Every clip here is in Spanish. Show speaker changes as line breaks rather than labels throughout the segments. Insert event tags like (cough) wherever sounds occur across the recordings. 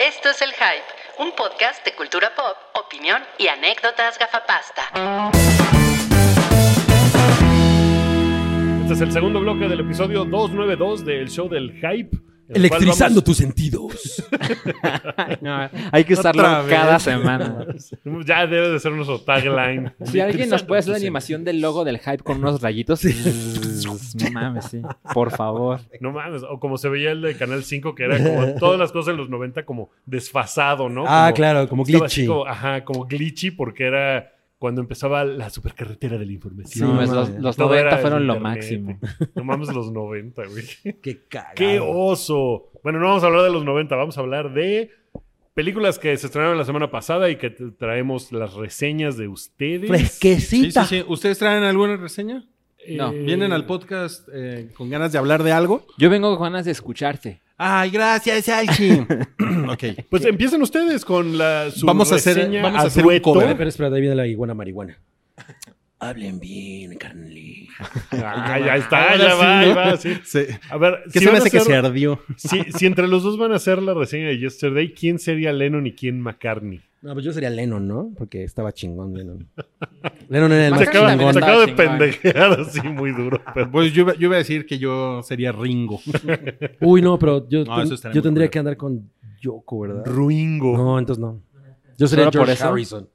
Esto es El Hype, un podcast de cultura pop, opinión y anécdotas gafapasta.
Este es el segundo bloque del episodio 292 del show del hype. en el cual
Electrizando tus
(laughs)
sentidos.
No, hay que usarlo
Otra vez.
cada semana.
vamos- (laughs) Ya debe de ser nuestro tagline.
(laughs) Si alguien nos puede hacer la
Electrizando tus
animación del logo del hype con unos rayitos, no mames, sí. Por favor.
sentidos. No mames, o como se veía el de Canal 5, que era como todas las cosas en los 90 como desfasado, ¿no?
Ah,
Como-
claro, como
estaba así
glitchy.
como- ajá, como glitchy porque era cuando empezaba la supercarretera de la
No
información.
Sí,
mames,
madre.
pues los, los
Todo
90
era
fueron lo
internet.
máximo.
No mames
(laughs)
los 90, güey.
Qué cagado.
¡Qué oso! Bueno, no vamos a hablar de los 90, vamos a hablar de películas que se estrenaron la semana pasada y que te- traemos las reseñas de ustedes.
Sí, sí,
Fresquecita.
sí. ¿Ustedes traen alguna reseña?
Eh,
No.
¿Vienen al podcast eh, con ganas de hablar de algo?
Yo vengo con ganas de escucharte.
Ay,
(laughs)
gracias, Alchi. ok.
Pues empiecen ustedes con la su
Vamos a hacer-
reseña
vamos a hacer un
dueto.
(laughs)
cover.
Espera, espera, ahí viene la iguana marihuana. Hablen bien, carnal.
(laughs) Ah, ya está,
Ahora
ya
sí,
va, ahí
¿no?
va, sí.
Sí.
A ver, si
¿Qué se
van
me
a
hace que se
hacer-
ardió?
si, si entre los dos van a hacer la reseña de Yesterday, ¿quién sería Lennon y quién McCartney?
No, pues yo sería Lennon, ¿no? Porque estaba chingón
(laughs)
Lennon. Lennon
Ah,
era el
Se
más
McCartney
acaba, se
también
chingón.
está-
acaba de
estaba chingón.
pendejear así muy duro. pero-
Pues yo, iba- yo iba a decir que yo sería Ringo.
Uy, no, pero yo,
No,
ten-
eso estaría
yo
muy
tendría
culero.
que andar con Yoko, ¿verdad?
Ruingo.
No, entonces no. Yo sería
¿Solo por
George
eso?
Harrison.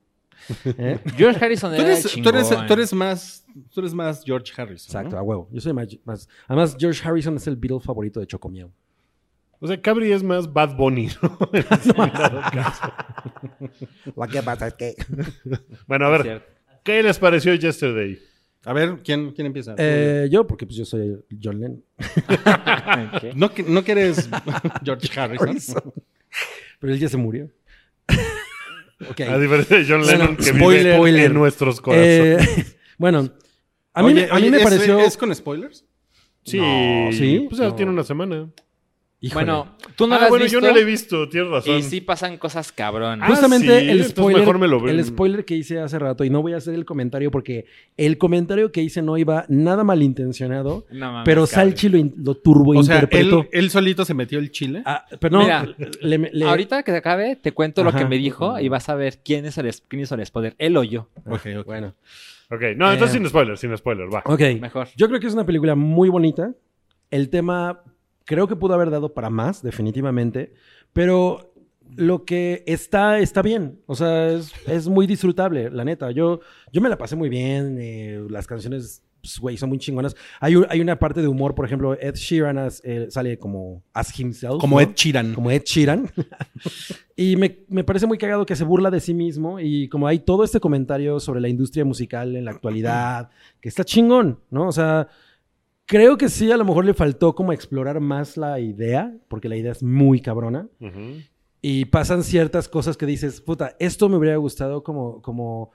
¿Eh?
George Harrison
Tú
era
eres,
el
tú,
chingón.
eres, tú eres más, tú eres más George Harrison. ¿no?
Exacto, a huevo. Yo soy más, más- Además, George Harrison es el Beatle favorito de Chocomiao.
O sea, Cabri es más Bad Bunny, ¿no? En dado caso.
¿Qué pasa? Es que...
Bueno, a ver, ¿qué les pareció Yesterday?
A ver, ¿quién, quién empieza?
Eh, yo, porque pues yo soy John Lennon.
Ok.
¿No, que, ¿No
(laughs)
que eres George Harrison?
Pero él ya se
(laughs)
murió. Eh, ok.
A diferencia de John
Bueno,
Lennon, que
spoiler,
vive
spoiler.
en nuestros
Eh,
corazones.
(laughs) bueno, a mí,
Oye,
me- a mí
oye,
me
¿es-
pareció...
¿Es con spoilers?
sí,
no, ¿sí?
Pues ya
No.
tiene una semana.
Híjole.
Bueno, tú no
ah,
lo has
bueno,
visto.
yo no la he visto, tienes razón.
Y sí pasan cosas cabrón.
Ah,
Justamente
sí,
el,
entonces
spoiler,
mejor me lo ven.
el spoiler que hice hace rato, y no voy a hacer el comentario porque el comentario que hice no iba nada malintencionado,
No
Ah,
mames,
pero
cabrón.
Salchi lo, in- lo turbo
O sea, él,
interpretó. Ah.
él solito se metió el chile.
pero no,
Mira,
le- le-
Ahorita que se acabe, te cuento lo
Ajá.
que me dijo y vas a ver quién, es el, quién hizo el spoiler, él o yo.
Ok, ok.
Bueno,
Ok, no, entonces
Eh.
sin spoiler, sin spoiler, va.
ok.
Mejor.
Yo creo que es una película muy bonita. El tema creo que pudo haber dado para más, definitivamente. Pero lo que está, está bien. O sea, es, es muy disfrutable, la neta. Yo, yo me la pasé muy bien. eh, las canciones, pues, güey, son muy chingonas. Hay, un- hay una parte de humor, por ejemplo, Ed Sheeran as- eh, sale como as himself.
Como
¿no?
Ed Sheeran.
como Ed Sheeran. y me, me parece muy cagado que se burla de sí mismo y como hay todo este comentario sobre la industria musical en la actualidad, que está chingón, ¿no? O sea, creo que sí, a lo mejor le faltó como explorar más la idea, porque la idea es muy cabrona.
Ujú.
Y pasan ciertas cosas que dices, puta, esto me hubiera gustado como, como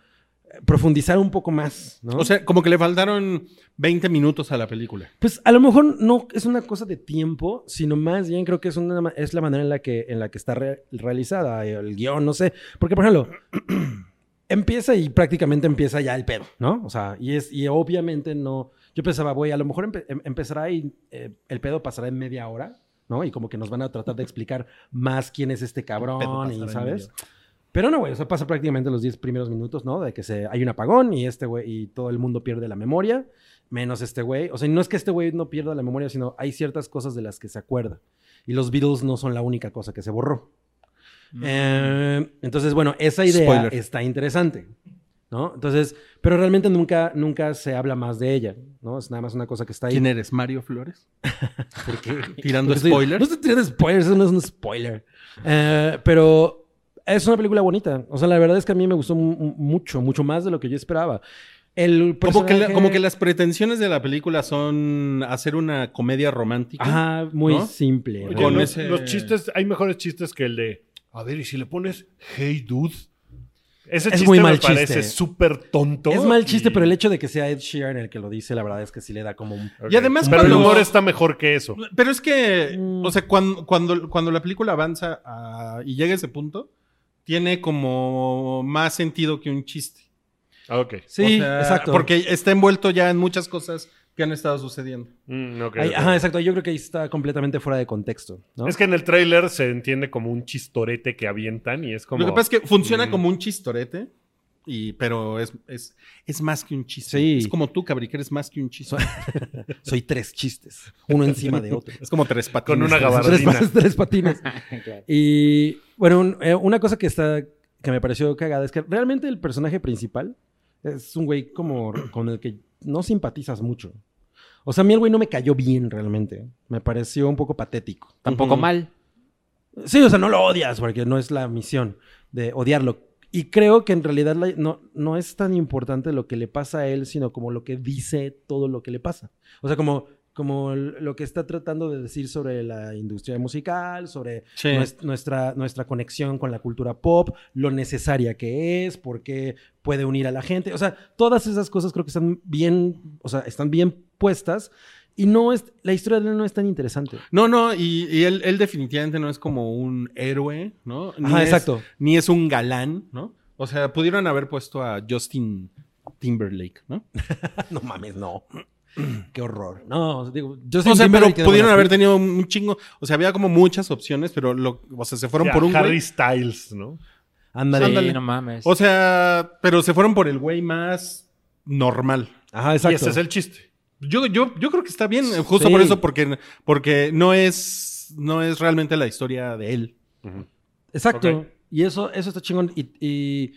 eh, profundizar un poco más, ¿no?
O sea, como que le faltaron 20 minutos a la película.
Pues a lo mejor no es una cosa de tiempo, sino más bien creo que es, una, ma- es la manera en la que, en la que está re- realizada el guión, no sé. Porque, por ejemplo, (clears throat) empieza y prácticamente empieza ya el pedo, ¿no? O sea, y, es, y obviamente no... Yo pensaba, güey, a lo mejor empe- em- empezará y eh, el pedo pasará en media hora, ¿no? Y como que nos van a tratar de explicar más quién es este cabrón
pasará
y,
en
¿sabes? Pero no, güey, o sea, pasa prácticamente los 10 primeros minutos, ¿no? De que se, hay un apagón y este güey y todo el mundo pierde la memoria menos este güey. O sea, no es que este güey no pierda la memoria, sino hay ciertas cosas de las que se acuerda. Y los Beatles no son la única cosa que se borró. Eh, entonces, bueno, esa idea
Spoiler.
está interesante, ¿no? Entonces, pero realmente nunca, nunca se habla más de ella, ¿no? Es nada más una cosa que está ahí.
¿Quién eres? ¿Mario Flores?
¿Por qué?
(laughs) ¿Tirando
Porque estoy-
spoilers?
no estoy tirando spoilers, eso no es un spoiler. Eh, pero es una película bonita. O sea, la verdad es que a mí me gustó mu- mu- mucho, mucho más de lo que yo esperaba. El
Como que, la-
personaje-
como que las pretensiones de la película son hacer una comedia romántica.
Ajá, muy
¿No?
simple.
Oye,
¿no?
Con
los,
ese-
los chistes, hay mejores chistes que el de, a ver, y si le pones Hey Dude. Ese
Es
chiste
muy
me
mal chiste.
parece súper tonto.
Es mal chiste,
y-
pero el hecho de que sea Ed Sheeran el que lo dice, la verdad es que sí le da como un...
Ok.
Y además
Pero el
cuando-
humor está mejor que eso.
Pero es que,
Mm.
o sea, cuando, cuando, cuando la película avanza a- y llega a ese punto, tiene como más sentido que un chiste.
Ah, ok.
Sí,
O sea,
exacto.
Porque está envuelto ya en muchas cosas que han estado sucediendo.
Mm, ok,
Ahí-
ok.
Ajá, exacto. Yo creo que ahí está completamente fuera de contexto, ¿no?
Es que en el tráiler se entiende como un chistorete que avientan y es como...
Lo que pasa es que funciona
Mm.
como un chistorete, y, pero es, es, es más que un chiste.
Sí.
Es como tú, Cabri, que eres más que un chiste.
Soy tres chistes, uno encima de otro.
(laughs) Es como tres patines.
Con una gabardina.
tres, pas- tres
(laughs)
patines. Y bueno, un- eh, una cosa que está que me pareció cagada es que realmente el personaje principal es un güey como (clears throat) con el que no simpatizas mucho. O sea, a mí el güey no me cayó bien realmente. Me pareció un poco patético.
Tampoco
Ujú.
mal.
Sí, o sea, no lo odias porque no es la misión de odiarlo. Y creo que en realidad la- no, no es tan importante lo que le pasa a él, sino como lo que dice todo lo que le pasa. O sea, como, como lo que está tratando de decir sobre la industria musical, sobre
Sí.
nues- nuestra, nuestra conexión con la cultura pop, lo necesaria que es, porque puede unir a la gente. O sea, todas esas cosas creo que están bien, o sea, están bien puestas. Y no es, la historia de él no es tan interesante.
No, no, y, y él, él definitivamente no es como un héroe, ¿no? Ni
Ajá,
es-
exacto.
Ni es un galán, ¿no? O sea, pudieron haber puesto a Justin Timberlake, ¿no?
(laughs) No mames, no. Qué horror. No, o sea, digo, yo
O sea, pero pudieron haber
tenido.
tenido un un chingo. O sea, había como muchas opciones, pero lo, o sea, se fueron
Ya,
por un
Harry
güey.
Styles, ¿no?
Ándale.
Sí, no mames.
O sea, pero se fueron por el güey más normal.
Ajá,
Y
exacto.
ese es el chiste.
Yo, yo, yo creo que está bien, eh, justo
Sí.
por eso, porque, porque no es. No es realmente la historia de él.
Exacto.
Ok.
Y eso, eso está chingón. Y, y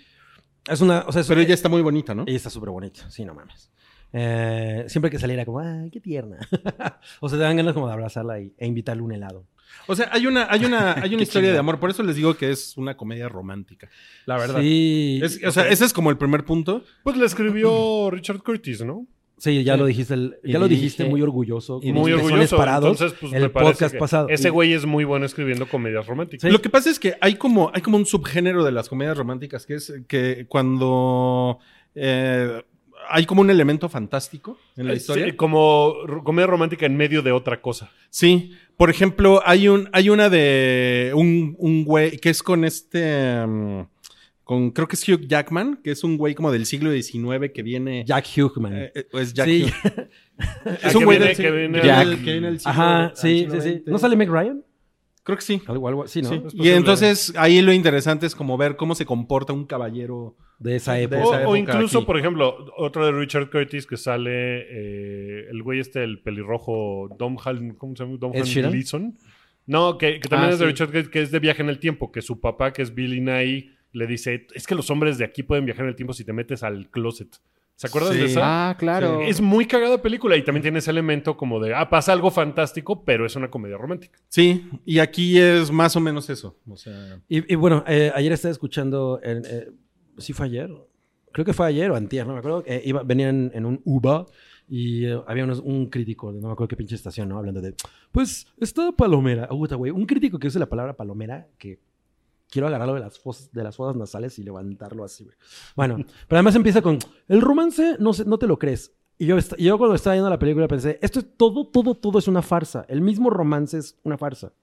es una. O sea, es-
Pero ella está muy bonita, ¿no?
Y está súper bonito, sí, no mames. Eh, siempre que saliera como, ay, qué tierna. (laughs) o sea, te dan ganas como de abrazarla y, e invitarle un helado.
O sea, hay una, hay una, hay una
Qué
historia
chingón.
de amor. Por eso les digo que es una comedia romántica. La verdad.
Sí,
Es- o sea, ese es como el primer punto.
Pues le escribió (clears throat) Richard Curtis, ¿no?
sí, ya
sí.
lo dijiste, el-
Y
ya lo
dije-
dijiste muy orgulloso.
y
con
Muy
los pezones
orgulloso.
parados
Entonces, pues, me
el
parece
podcast
que
pasado.
Ese
Y-
güey es muy bueno escribiendo comedias románticas.
Lo que pasa es que hay como, hay como un subgénero de las comedias románticas que es que cuando eh, hay como un elemento fantástico en la
Eh, Sí,
historia.
como ro- comedia romántica en medio de otra cosa.
Sí. Por ejemplo, hay un, hay una de un, un güey que es con este. mm, con, creo que es Hugh Jackman, que es un güey como del siglo XIX que viene.
Jack Hughman.
eh, eh, es Jack
Sí.
Hugh.
Ah,
Es un
que viene-
güey del
que
siglo
viene
Jack.
que viene del siglo-
Ajá,
al
sí, sí,
siglo
sí.
XX.
¿No sale Meg Ryan?
Creo que sí.
Algo, algo así, ¿no?
Sí. pues,
Es
Y
posible.
entonces ahí lo interesante es como ver cómo se comporta un caballero.
De esa
De
O,
época.
esa
o
época
incluso,
aquí.
por ejemplo, otro de Richard Curtis que sale eh, el güey este, el pelirrojo Dom Han, ¿cómo se llama? Dom
Ed
Han
Sheeran.
Gleason. No, que, que también
Ah,
es de
sí.
Richard Curtis, que es de viaje en el tiempo, que su papá, que es Billy Nye, le dice, es que los hombres de aquí pueden viajar en el tiempo si te metes al closet. ¿Se acuerdan
Sí.
de esa?
ah, claro.
Es muy cagada película y también tiene ese elemento como de, ah, pasa algo fantástico, pero es una comedia romántica.
Sí, y aquí es más o menos eso. O sea,
Y, y bueno, eh, ayer estaba escuchando, en, eh, ¿sí fue ayer? Creo que fue ayer o antier, no me acuerdo. eh, iba, venían en un Uber y eh, había unos- un crítico, no me acuerdo qué pinche estación, ¿no? Hablando de, pues, esta palomera, Ah, puta, güey, un crítico que usa la palabra palomera que quiero agarrarlo de las, fosas, de las fosas nasales y levantarlo así, güey. Bueno, pero además empieza con, el romance no, se- no te lo crees. Y yo, est- y yo cuando estaba viendo la película pensé, esto es todo, todo, todo es una farsa. El mismo romance es una farsa.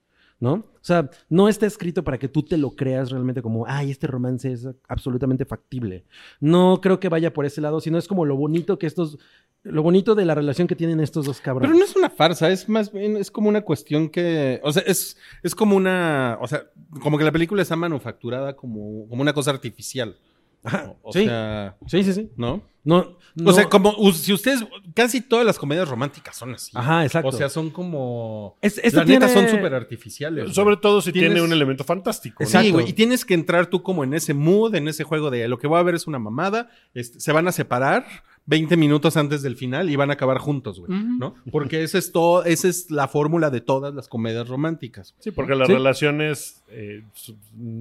¿no? O sea, no está escrito para que tú te lo creas realmente como, ay, este romance es absolutamente factible. No creo que vaya por ese lado, sino es como lo bonito que estos, lo bonito de la relación que tienen estos dos cabrones.
pero no es una farsa, es más bien, es como una cuestión que, o sea, es, es como una, o sea, como que la película está manufacturada como, como una cosa artificial.
Ajá,
O, o
sí.
sea,
Sí, sí, sí.
¿no?
No, no-
O sea, como u- si ustedes, casi todas las comedias románticas son así.
Ajá, exacto.
O sea, son como,
Es-
las
esto
la neta
tiene-
son súper artificiales.
Sobre todo si tiene
Tienes-
un elemento fantástico. ¿no?
Sí,
Exacto.
güey. Y tienes que entrar tú como en ese mood, en ese juego de lo que voy a ver es una mamada. este, se van a separar 20 minutos antes del final y van a acabar juntos, güey.
Ujú.
¿No? Porque esa es todo, esa es la fórmula de todas las comedias románticas.
Sí, porque las
Sí.
relaciones eh, s-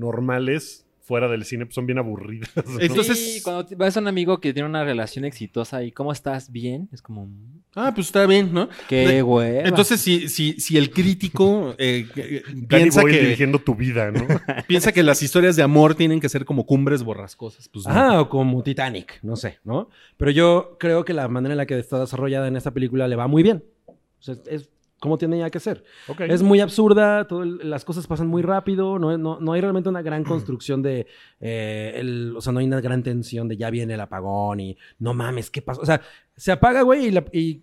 normales fuera del cine pues, son bien aburridas. ¿no?
Es- entonces-
Sí, cuando te- ves a un amigo que tiene una relación exitosa y cómo estás bien, es como, mm,
Ah, pues está bien, ¿no?
qué
De-
hueva.
Entonces, si, si, si el crítico eh, eh,
Danny
piensa,
Boyle
que,
dirigiendo tu vida,
(laughs)
¿no?
piensa que las historias de amor tienen que ser como cumbres borrascosas, pues no.
Ajá, o como Titanic, no sé, ¿no? Pero yo creo que la manera en la que está desarrollada en esta película le va muy bien. O sea, es como tiene ya que ser.
Ok.
Es muy absurda, todo el- las cosas pasan muy rápido, no, no- no hay realmente una gran construcción de, eh, el- o sea, no hay una gran tensión de ya viene el apagón y no mames, ¿qué pasó? O sea, se apaga, güey, y, la- y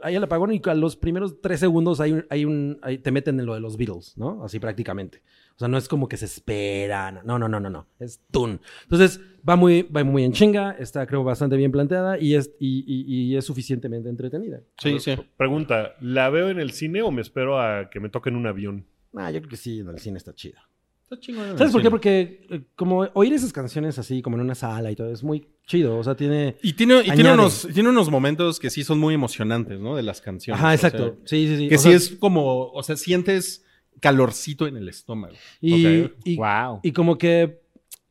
hay el apagón y a los primeros tres segundos hay, un- hay un, hay- te meten en lo de los Beatles, ¿no? Así prácticamente. O sea, no es como que se esperan. No, no, no, no, no. Es tun. Entonces, va muy, va muy en chinga, está creo bastante bien planteada y es, y, y- y es suficientemente entretenida.
Sí, sí.
Pregunta, ¿la veo en el cine o me espero a que me toque en un avión?
Ah, yo creo que sí, en el cine está chido.
Está chingón.
¿Sabes por qué? Porque eh, como oír esas canciones así, como en una sala y todo, es muy chido. O sea, tiene...
Y tiene, y tiene
Añade.
unos, tiene unos momentos que sí son muy emocionantes, ¿no? De las canciones.
Ajá,
o sea,
exacto. sí, sí, sí.
que
O
sí
sea,
es como, o sea, sientes calorcito en el estómago.
Y,
Ok.
y-
wow.
y como que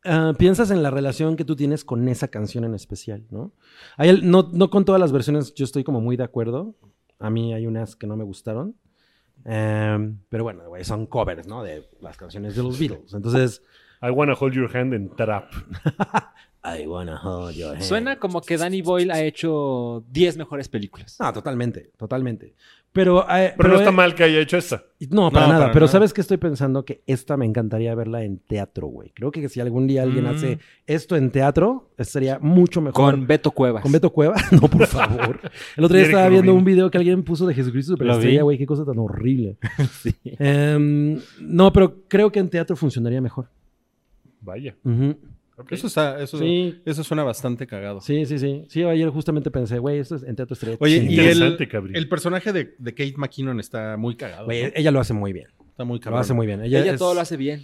ah, piensas en la relación que tú tienes con esa canción en especial, ¿no? Hay el- no, no con todas las versiones yo estoy como muy de acuerdo. A mí hay unas que no me gustaron. Em, pero bueno, güey, son covers, ¿no? De las canciones de los Beatles. Entonces,
I wanna hold your hand en trap.
I wanna hold your hand.
Suena como que Danny Boyle ha hecho 10 mejores películas.
No, totalmente, totalmente. Pero, eh,
Pero, no está
eh,
mal que haya hecho esa.
No, para
No,
nada.
para
pero
nada.
¿sabes que estoy pensando? Que esta me encantaría verla en teatro, güey. Creo que si algún día alguien
Mm.
hace esto en teatro, sería mucho mejor.
Con Beto Cuevas.
¿Con Beto Cueva? (laughs) No, por favor. El otro día
Eric
estaba viendo
Rubin.
un video que alguien puso de Jesucristo Superestrella, güey. Qué cosa tan horrible. (laughs) Em, no, pero creo que en teatro funcionaría mejor.
Vaya.
Ujú.
ok.
Eso está, eso,
Sí.
eso suena bastante cagado.
Sí, sí, sí. Sí, ayer justamente pensé, güey, esto es en teatro estrella.
Oye, y el,
Interesante, cabrón.
el personaje de, de Kate McKinnon está muy cagado. ¿no?
ella lo hace muy bien.
Está muy
Lo
cagado.
hace muy bien. Ella,
Ella
es-
todo lo hace bien.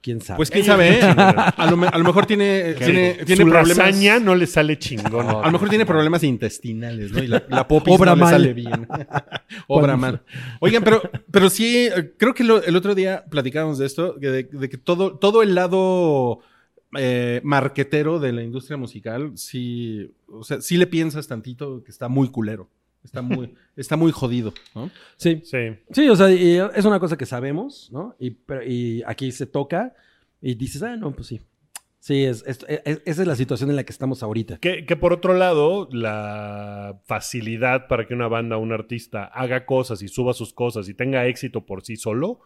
¿Quién sabe?
Pues quién sabe, ¿eh? A lo, me- a lo mejor tiene,
Que
tiene,
su
tiene problemas.
lasaña no le sale chingón.
A lo mejor tiene problemas intestinales, ¿no? Y la, la popis
Obra
no le
mal.
sale bien. (laughs) Obra mal. Oigan, pero, pero sí, eh, creo que lo- el otro día platicábamos de esto, que de, de que todo, todo el lado eh, marquetero de la industria musical, sí, o sea, sí le piensas tantito que está muy culero. Está muy, está muy jodido, ¿no?
Sí.
Sí.
Sí, o sea, y es una cosa que sabemos, ¿no? Y, pero- y aquí se toca y dices, ah, no, pues sí. Sí, es, es- es- esa es la situación en la que estamos ahorita.
Que, que por otro lado, la facilidad para que una banda o un artista haga cosas y suba sus cosas y tenga éxito por sí solo,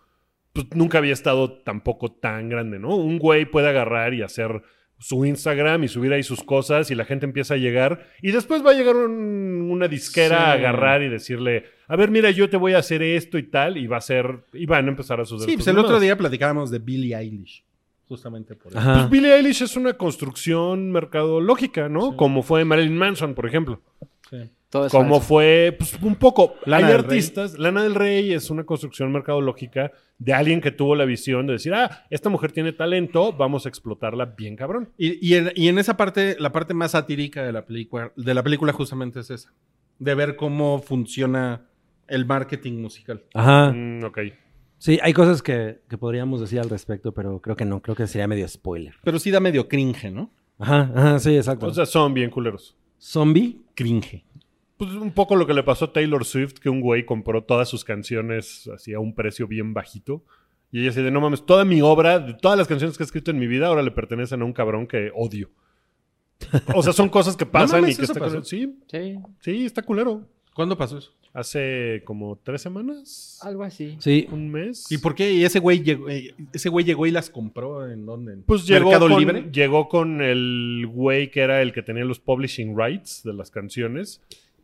pues nunca había estado tampoco tan grande, ¿no? Un güey puede agarrar y hacer su Instagram y subir ahí sus cosas y la gente empieza a llegar y después va a llegar un- una disquera
Sí.
a agarrar y decirle, a ver, mira, yo te voy a hacer esto y tal y va a ser, y van a empezar a suceder.
Sí,
sus
pues el
mamadas.
otro día platicábamos de Billie Eilish, justamente por eso.
Pues Billie Eilish es una construcción mercadológica, ¿no? Como fue Marilyn Manson, por ejemplo.
Sí.
Todo es
Como
falso.
fue, pues un poco.
Lana
Hay
del
artistas. Lana del Rey es una construcción mercadológica de alguien que tuvo la visión de decir, ah, esta mujer tiene talento, vamos a explotarla bien cabrón.
Y, y en, y en esa parte, la parte más satírica de la película, de la película justamente es esa. De ver cómo funciona el marketing musical.
Ajá.
Mm, ok.
Sí, hay cosas que, que podríamos decir al respecto, pero creo que no, creo que sería medio spoiler.
Pero sí da medio cringe, ¿no?
Ajá, ajá, sí, exacto.
O sea, son bien culeros.
Zombie.
Cringe.
Pues un poco lo que le pasó a Taylor Swift, que un güey compró todas sus canciones así a un precio bien bajito. Y ella así de, no mames, toda mi obra, de todas las canciones que he escrito en mi vida, ahora le pertenecen a un cabrón que odio. O sea, son
(laughs)
cosas que pasan
mames,
y que
¿eso
está
pasó?
culero. Sí,
Sí,
sí, está culero.
¿Cuándo pasó eso?
Hace como tres semanas,
algo así.
Sí.
un mes.
¿Y por qué? ¿Y ese güey llegó, eh, ese güey llegó y las compró en dónde? ¿En
Pues llegó
Mercado
con,
Libre.
llegó con el güey que era el que tenía los publishing rights de las canciones.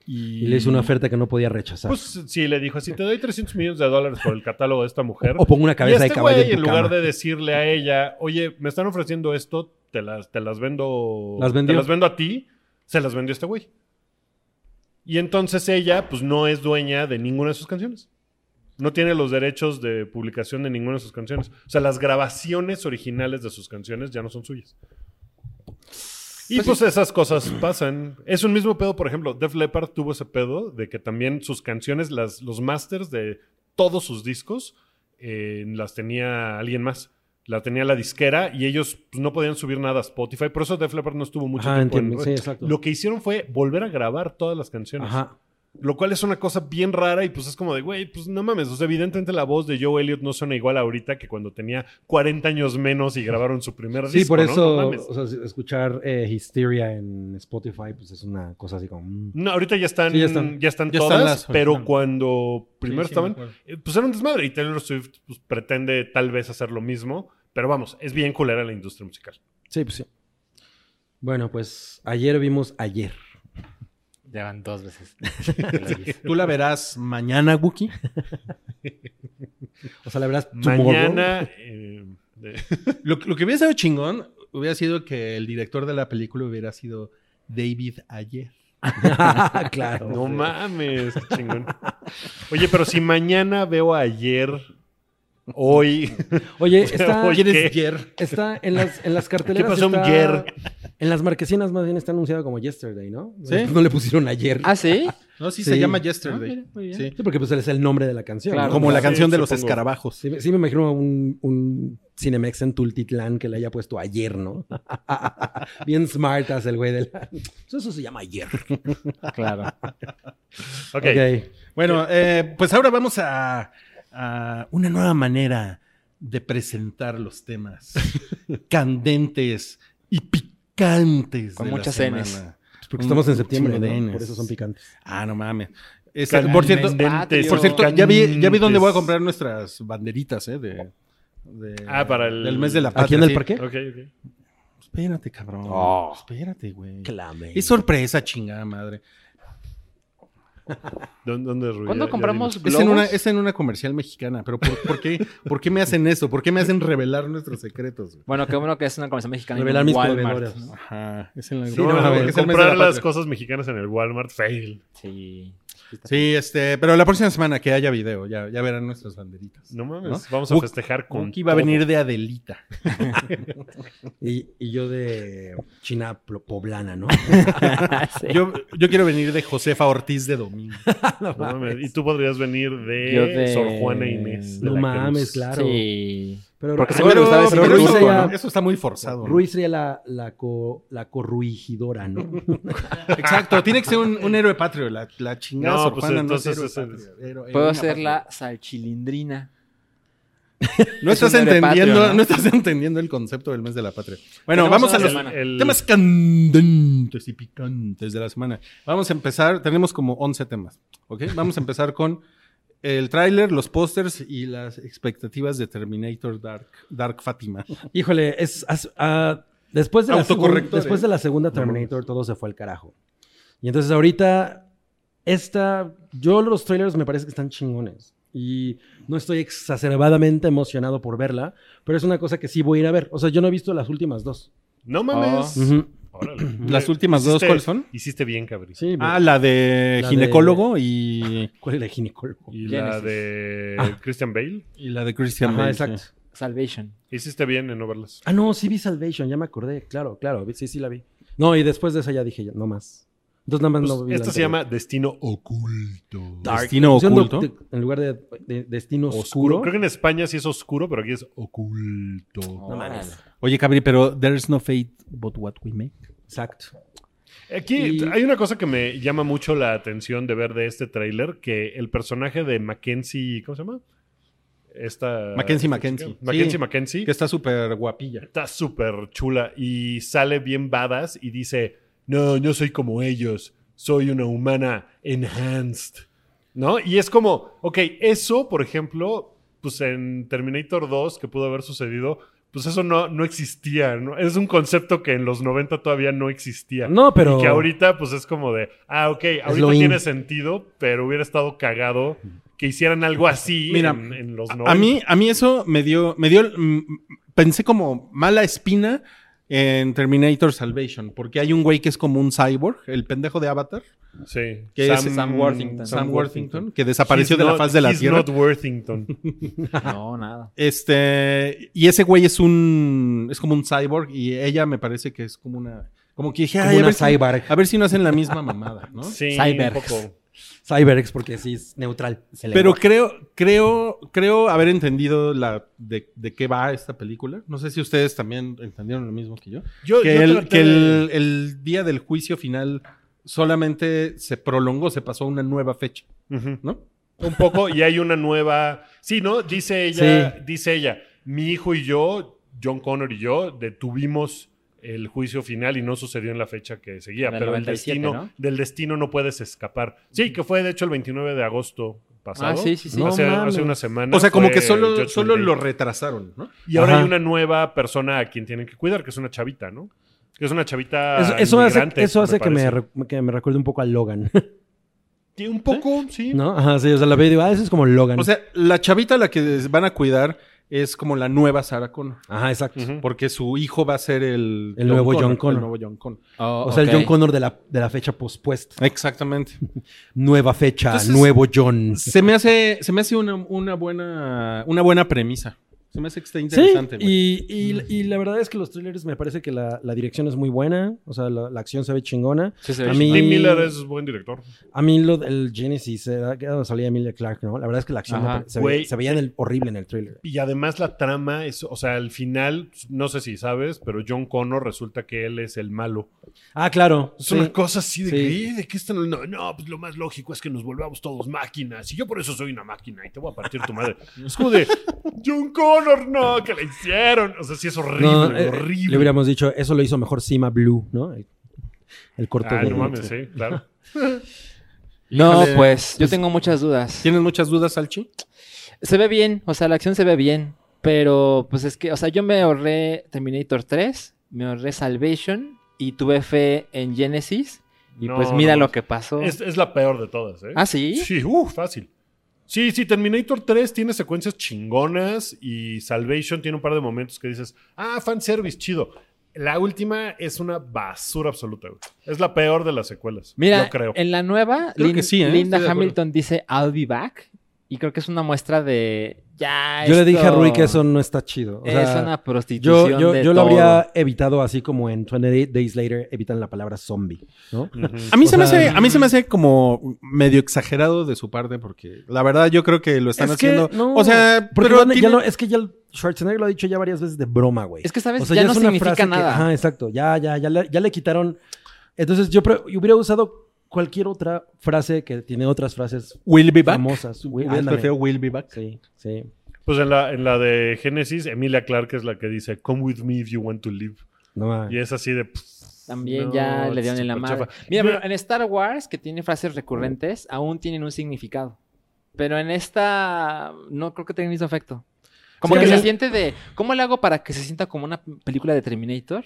Y,
Y le hizo una oferta que no podía rechazar.
Pues sí, le dijo así, te doy 300 millones de dólares por el catálogo de esta mujer.
o pongo una
y
cabeza
este
de caballo
güey,
en
en
tu
lugar
cama.
de decirle a ella, oye, me están ofreciendo esto, te las, te las vendo.
Las vendió.
Te las vendo a ti, se las vendió este güey. Y entonces ella, pues no es dueña de ninguna de sus canciones. No tiene los derechos de publicación de ninguna de sus canciones. O sea, las grabaciones originales de sus canciones ya no son suyas. Y pues esas cosas pasan. Es un mismo pedo, por ejemplo, Def Leppard tuvo ese pedo de que también sus canciones, las, los masters de todos sus discos, eh, las tenía alguien más. La tenía la disquera y ellos pues, no podían subir nada a Spotify. Por eso Def Leppard no estuvo mucho
Ajá,
tiempo en
entiendo. Sí,
redes.
exacto.
Lo que hicieron fue volver a grabar todas las canciones.
Ajá.
Lo cual es una cosa bien rara y pues es como de, güey, pues no mames. O sea, evidentemente la voz de Joe Elliott no suena igual ahorita que cuando tenía 40 años menos y grabaron su primer
Sí,
disco.
por
¿no?
eso,
No mames.
o sea, escuchar eh, Hysteria en Spotify, pues es una cosa así como... mm.
No, ahorita ya están,
Sí,
ya
ya
están,
están.
Ya están
todas,
las-
pero
ajá.
cuando primero
Sí, sí, me
estaban,
acuerdo.
eh, pues era un desmadre y Taylor Swift pues, pretende tal vez hacer lo mismo, pero vamos, es bien culera la industria musical.
Sí, pues sí. Bueno, pues ayer vimos ayer.
Ya van dos veces. que lo dices.
Tú la verás mañana, Wookie.
O sea, la verdad, (laughs)
Mañana. (laughs) eh,
(laughs)
de-
Lo, lo que hubiera sido chingón hubiera sido que el director de la película hubiera sido David Ayer.
tomorrow. claro.
No
Sí.
mames, qué chingón. Oye, pero si mañana veo ayer,
(laughs)
hoy.
Oye,
O sea,
está,
oye,
¿Quién es
¿Qué?
Ayer?
está en, las, en las carteleras.
¿Qué pasó,
está-
Ger?
En las marquesinas más bien está anunciado como yesterday, ¿no? pues,
Sí.
No le pusieron ayer.
¿Ah, sí?
No, sí,
Sí.
se llama
Ah,
Yesterday.
mira, muy bien.
Sí.
Sí, porque pues es el nombre de la canción.
Claro.
¿no?
Como la
Sí,
canción de los
supongo.
escarabajos.
Sí, me- sí me imagino un, un Cinemex en Tultitlán que le haya puesto ayer, ¿no? (laughs) Bien smart hace el güey del... Eso, eso se llama ayer.
(laughs) Claro.
Ok.
Ok.
Bueno, eh, pues ahora vamos a, a una nueva manera de presentar los temas candentes y picantes.
Con
de la
muchas
semana.
Ns.
Pues porque estamos en
Un
septiembre,
chingo de
¿no?
Ns.
Por eso son picantes.
Ah, no mames. Es-
Candentes,
por cierto, ah,
patrios.
por cierto ya, vi, ya vi dónde voy a comprar nuestras banderitas, ¿eh? De, de-
Ah, para el-
del mes de la patria.
¿Aquí en el
sí.
parque?
Ok, ok.
Espérate, cabrón. Espérate, güey.
Clame.
Es sorpresa, chingada madre.
¿Dó- ¿Dónde es Rubí?
¿Cuándo
Ya- ya
compramos
Es
globos?
en, una, es en una comercial mexicana, pero ¿por, por qué, ¿por qué me hacen eso? ¿Por qué me hacen revelar nuestros secretos? güey?
Bueno, qué bueno que es una comercial mexicana. y no
Revelar mis
Walmart.
proveedores.
¿no?
Ajá, es en la
dimos-
Sí, no,
No,
a ver,
güey,
es el mes de la
comprar las
patria.
cosas mexicanas en el Walmart, fail.
Sí.
Sí, este, pero la próxima semana que haya video, ya, ya verán nuestras banderitas.
No mames,
¿No?
vamos a
Wookie-
festejar con.
Aquí va a
todo.
venir de Adelita.
Y, y yo de China plo- poblana,
(laughs)
¿no?
(laughs) Sí.
Yo, yo quiero venir de Josefa Ortiz de Domingo.
No mames, Y tú podrías venir de,
Yo de-
Sor Juana Inés. de
No
la
mames,
Cruz.
claro.
Sí.
Pero,
Porque
Ah,
(laughs) seguro
pero-
le gustaba ese
pero
pero
Ruiz
eso,
grupo,
sería,
¿no? Eso está muy forzado. ¿no?
Ruiz sería la, la, co- la corruigidora, ¿no?
(laughs)
Exacto, tiene que ser un, un héroe patrio. La, la chingada
No,
Sor
pues
Juana no es
entonces
héroe
ese es-
patrio, héroe-
Puedo
heroína
hacer
patria.
la salchilindrina.
No
Es
estás
un héroe
entendiendo,
patrio,
¿no?
¿no?
estás (laughs) entendiendo el concepto del mes de la patria. Bueno,
Tenemos
vamos a
una
los
semana.
El-
temas candentes y picantes de la semana. Vamos a empezar, tenemos como 11 temas, ¿ok? Vamos a empezar con el tráiler, los pósters y las expectativas de Terminator Dark, Dark Fátima.
Híjole, es as- ah, después, de la segun-
Autocorrector,
después
¿eh?
de la segunda
No mames.
Terminator todo se fue al carajo. Y entonces ahorita esta yo los trailers me parece que están chingones y no estoy exacerbadamente emocionado por verla, pero es una cosa que sí voy a ir a ver. O sea, yo no he visto las últimas dos.
No mames.
Ah. Ujú.
Órale.
Las últimas dos,
Hiciste-
¿cuáles son?
Hiciste bien, cabrón.
Sí,
Ah, la de
La de-
ginecólogo Y,
¿cuál era el ginecólogo?
Y la
Genesis.
de
Ah.
Christian Bale.
y la de Christian
Ajá,
Bale,
exacto.
sí.
Salvation.
Hiciste bien en no verlas.
Ah, no, sí vi Salvation, ya me acordé. Claro, claro, sí, sí la vi. No, y después de esa ya dije, ya, no más. Entonces nada más
Pues,
Ah, no vi la
esta se
anterior.
llama Destino Oculto.
Destino
Siendo-
oculto.
de- en lugar de, de destino
Oscuro.
oscuro.
Creo que en España sí es oscuro, pero aquí es oculto.
No mames.
Oye, Cabri, pero there's no fate but what we make.
Exacto.
Aquí
Y-
hay una cosa que me llama mucho la atención de ver de este tráiler, que el personaje de Mackenzie, ¿cómo se llama? Esta,
Mackenzie
esta
Mackenzie.
chica. Mackenzie
Sí.
Mackenzie.
Que está súper guapilla.
Está súper chula y sale bien badass y dice, no, yo soy como ellos, soy una humana enhanced, ¿no? Y es como, ok, eso, por ejemplo, pues en Terminator 2, que pudo haber sucedido, pues eso no, no existía, ¿no? Es un concepto que en los 90 todavía no existía.
No, pero.
Y que ahorita, pues es como de, ah, ok, ahorita
lo in.
tiene sentido, pero hubiera estado cagado que hicieran algo así
Mira,
en, en los 90.
A mí, a mí eso me dio, me dio, mm, pensé como mala espina en Terminator Salvation, porque hay un güey que es como un cyborg, el pendejo de Avatar,
sí.
que
Sam-
es mm,
Sam Worthington.
Sam Worthington, que desapareció
He's
de la
not-
faz de la
he's
Tierra.
not Worthington.
No, nada.
Este, y ese güey es un, es como un cyborg y ella me parece que es como una, como que dije,
Como
"Ay, a,
una
ver si,
cyborg.
a ver si no hacen la misma (laughs) mamada, ¿no?
Sí,
Cybergs.
un poco.
Cyberx, porque sí es neutral.
Pero creo, creo, creo haber entendido la de, de qué va esta película. No sé si ustedes también entendieron lo mismo que yo.
Yo,
Que,
yo
el,
traté
que
de-
el, el día del juicio final solamente se prolongó, se pasó a una nueva fecha,
Ujú.
¿no?
Un poco, y hay una nueva... Sí, ¿no? Dice ella,
Sí.
dice ella, mi hijo y yo, John Connor y yo, detuvimos el juicio final y no sucedió en la fecha que seguía,
Del
pero el
97,
destino,
¿no?
del destino no puedes escapar. Sí, que fue de hecho el 29 de agosto pasado.
Ah, sí, sí, sí.
No
hace,
mames.
hace una semana.
O sea, como
fue
que solo,
Judgment
solo
Day.
lo retrasaron, ¿no?
Y ahora
Ajá.
hay una nueva persona a quien tienen que cuidar, que es una chavita, ¿no? Que es una chavita.
Eso, eso
Ah,
hace,
inmigrante,
eso hace que, me,
parece.
re- que me recuerde un poco a Logan, (laughs)
Sí, Un poco, sí.
¿no? Ajá, sí, o sea, la veo y digo, ah, eso es como Logan.
O sea, la chavita a la que van a cuidar es como la nueva Sarah Connor.
Ajá, exacto.
Ujú.
Porque su hijo va a ser el...
El nuevo John Connor.
El nuevo John Connor.
Oh,
O sea,
ok.
el John Connor de la, de la fecha pospuesta.
Exactamente.
Nueva fecha,
Entonces-
nuevo John.
(laughs) se me hace, se me hace una, una buena, una buena premisa. Se me hace que está interesante. güey.
Sí, y, y, y la verdad es que los thrillers me parece que la, la dirección es muy buena. O sea, la, la acción se ve chingona.
Sí, se
a
ve
mí-
chido.
Tim Miller es buen director.
A mí lo del Genesis era que era donde salía Emilia Clark, ¿no? La verdad es que la acción me
Ajá.
pare- se,
Güey.
ve- se veía en el- horrible en el thriller.
Y además la trama es, o sea, al final, no sé si sabes, pero John Connor resulta que él es el malo.
Ah, claro.
Es
sí.
una cosa así de
Sí.
que, ¿eh? ¿de qué están hablando? No, pues lo más lógico es que nos volvamos todos máquinas. Y yo por eso soy una máquina y te voy a partir tu
(laughs)
madre. Es como de, John Connor, no, que le hicieron. O sea, sí es horrible,
No, eh,
horrible. Ah,
Le hubiéramos dicho, eso lo hizo mejor Sima Blue, ¿no? El, el corto
ah,
de.
no mames, sí,
(laughs)
claro.
No,
Híjole.
pues yo tengo muchas dudas.
¿Tienes muchas dudas, Salchi?
Se ve bien, o sea, la acción se ve bien, pero pues es que, o sea, yo me ahorré Terminator 3, me ahorré Salvation y tuve fe en Genesis y
No,
pues mira
no.
lo que pasó.
Es, es la peor de todas, ¿eh?
Ah, sí.
Sí, uh, fácil. Sí, sí, Terminator 3 tiene secuencias chingonas y Salvation tiene un par de momentos que dices, ah, fanservice, chido. La última es una basura absoluta, güey. Es la peor de las secuelas.
Mira,
yo creo.
en la nueva,
Creo que
Lin-
sí, ¿eh?
Linda
Estoy de
Hamilton dice I'll be back y creo que es una muestra de ya.
Yo le dije a
esto
Rui que eso no está chido. O sea,
es una prostitución.
yo, yo,
de
yo lo
todo.
habría evitado así como en 28 Days Later evitan la palabra zombie, ¿no?
Ujú.
A mí,
O
se me
sea,
hace, a mí se me hace como medio exagerado de su parte, porque la verdad yo creo que lo están
Es que
haciendo.
no,
o sea,
porque
pero
van- ya
tiene-
no- es que ya el- Schwarzenegger lo ha dicho ya varias veces de broma, güey.
Es que, ¿sabes?
O sea,
ya,
ya
no
es una
significa
frase que-
nada.
ajá, exacto. Ya, ya, ya le, ya le quitaron. Entonces, yo, pre- yo hubiera usado cualquier otra frase que tiene otras frases
Will be back.
famosas. güey,
Hubieras
ándale.
preferido Will be back.
Sí, sí.
Pues en la, en la de Genesis, Emilia Clark es la que dice, come with me if you want to live.
No, ma-
Y es así de... pff,
También
no,
ya le
es
dieron en la
súper
madre.
chafa.
Mira,
Yo-
pero en Star Wars, que tiene frases recurrentes, aún tienen un significado. Pero en esta, no creo que tenga el mismo efecto. Como
Sí,
que
a
se
mí-
siente de, ¿cómo le hago para que se sienta como una película de Terminator?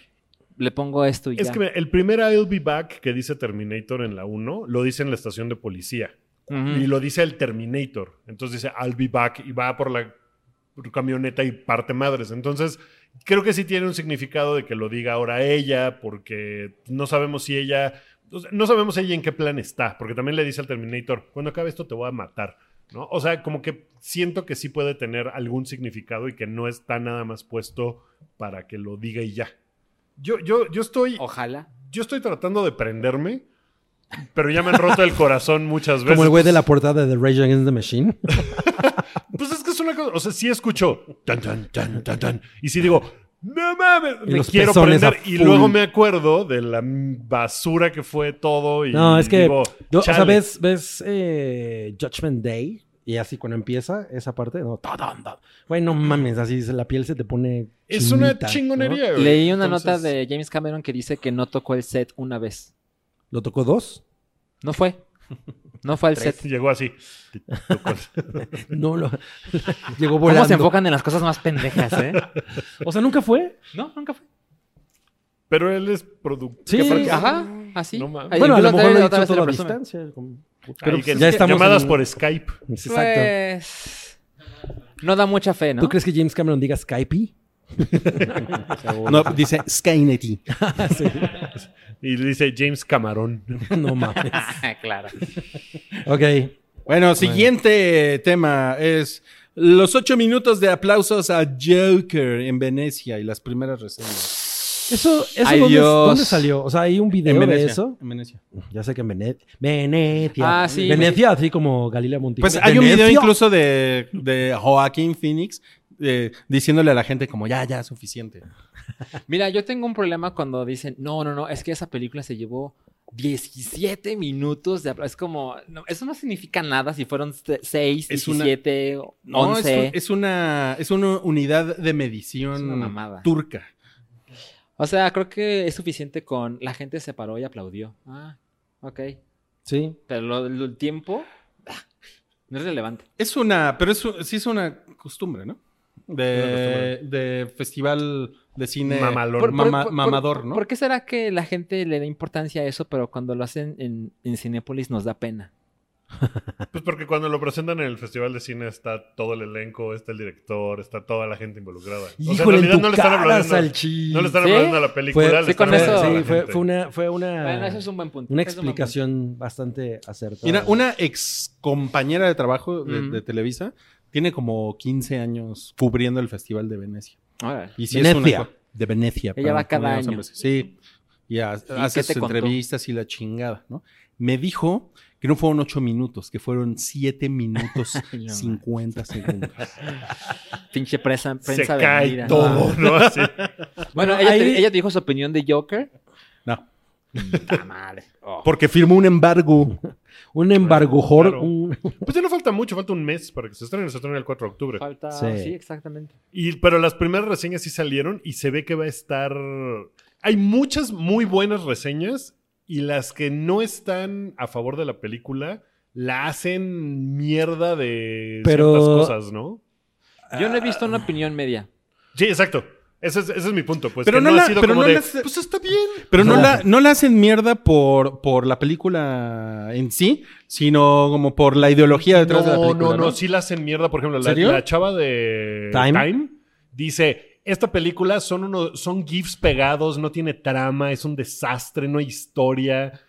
Le pongo esto y
Es
ya.
que mira, el primer I'll be back que dice Terminator en la 1 lo dice en la estación de policía.
Ujú.
Y lo dice el Terminator. Entonces dice, I'll be back. Y va por la camioneta y parte madres. Entonces, creo que sí tiene un significado de que lo diga ahora ella, porque no sabemos si ella. o sea, No sabemos ella en qué plan está, porque también le dice al Terminator, cuando acabe esto te voy a matar. ¿no? O sea, como que siento que sí puede tener algún significado y que no está nada más puesto para que lo diga y ya. Yo, yo, yo estoy.
Ojalá.
Yo estoy tratando de prenderme, pero ya me han roto el corazón muchas veces.
Como el güey de la portada de The Rage Against the Machine.
Pues es que es una cosa, o sea, sí escucho tan tan tan tan tan y sí digo, no mames,
Y
me
los
quiero
pezones a
prender y
full.
luego me acuerdo de la m- basura que fue todo y
No, es que.
digo,
yo- o sea,
chale.
ves, ves eh, Judgment Day y así cuando empieza esa parte, no. ta, ta, ta. Güey, no mames, así se- la piel se te pone.
es una
chinita, ¿no?
chingonería. güey.
Leí una nota
Entonces,
de James Cameron que dice que no tocó el set una vez.
¿Lo tocó dos?
No fue. No fue al set.
llegó así. (laughs)
No,
(laughs)
lo. llegó volando.
¿Cómo se enfocan en las cosas más pendejas, eh?
O sea, nunca fue.
(laughs) No, nunca fue.
Pero él es productor.
Sí,
Porque-
Ajá, así.
No mames.
Ahí,
bueno, a
yo
lo mejor
otra-
lo hizo
otra vez se
todo a
presume.
distancia. como-
Ahí
Pero
que-
ya estamos
llamadas
en-
por Skype.
Exacto.
Pues, no da mucha fe, ¿no?
¿Tú crees que James Cameron diga
(laughs)
Skype?
Ah, No, (laughs) dice Skynety.
Y dice James Camarón.
No mames.
claro.
(laughs) Ok.
Bueno, siguiente tema es los ocho minutos de aplausos a Joker en Venecia y las primeras reseñas.
¿Eso, eso
Ay,
dónde,
Dios.
dónde salió? O sea, hay un video
En
de
Venecia.
eso.
En Venecia.
Ya sé que en Vene- Venecia.
Ah, sí.
Venecia, así como Galilea Montijo.
Pues hay un video
Venecia.
incluso de, de Joaquín Phoenix eh, diciéndole a la gente como ya, ya, suficiente.
Mira, yo tengo un problema cuando dicen, no, no, no, es que esa película se llevó 17 minutos de apla-". Es como, no, eso no significa nada si fueron 6,
Es una-
17,
No, es,
11.
un- es una, es una unidad de
Es
medición
una mamada.
turca.
O sea, creo que es suficiente con la gente se paró y aplaudió. Ah, ok.
Sí.
Pero lo- lo- el tiempo ah, no es relevante.
Es una, pero es, un- sí es una costumbre, ¿no? de, de festival de cine
Mamalón.
por- mama-
por-
mamador,
por-
¿no?
¿Por qué será que la gente le da importancia a eso, pero cuando lo hacen en, en Cinépolis nos da pena?
Pues porque cuando lo presentan en el Festival de Cine está todo el elenco, está el director, está toda la gente involucrada. O sea, en
Híjole, en
realidad
tu
no le están
cara,
aplaudiendo.
Salchi.
No le están
¿Sí?
hablando a la película,
Fue-
le
sí,
están
con eso-
hablando a la
Sí, fue,
gente.
fue una, fue una,
Bueno, eso es un buen punto.
una
eso es un buen
explicación bastante acertada.
Mira, una ex compañera de trabajo de,
Ujú.
de Televisa tiene como 15 años cubriendo el Festival de Venecia.
punto. Órale.
Y sí es una
Venecia.
co- de Venecia.
Ella va cada
perdón, como digamos en
año.
Venecia. Sí. Y ha- hace
qué te
sus
contó?
entrevistas y la chingada, ¿no? Me dijo que no fueron 8 minutos, que fueron 7 minutos
(laughs) Ay, no.
50 segundos.
Pinche presa,
Se
prensa
cae
vendida.
todo, ¿no? Así.
Bueno,
Bueno,
ella,
ahí-
te, ella te dijo su opinión de Joker.
No.
Puta madre. Oh.
Porque firmó un embargo.
un embargojor.
Claro.
un-
Pues ya no falta mucho, falta un mes para que se estrene, se estrena el 4 de octubre.
Falta.
Sí.
Sí, exactamente.
Y, pero las primeras reseñas sí salieron y se ve que va a estar... Hay muchas muy buenas reseñas y las que no están a favor de la película la hacen mierda de
Pero-
ciertas cosas, ¿no?
Yo no he visto una opinión media.
Sí, exacto. Ese es, ese es mi punto. Pues
Pero
que
no
no,
la-
ha sido
pero
como
no
de,
las-
pues está bien.
Pero no
Ajá.
la, no la hacen mierda por, por la película en sí, sino como por la ideología detrás de la
No, no,
película.
no, sí la hacen mierda. Por ejemplo, la,
¿Serio?
la chava de
Time.
Time, dice, esta película son, uno, son gifs pegados, no tiene trama, es un desastre, no hay historia.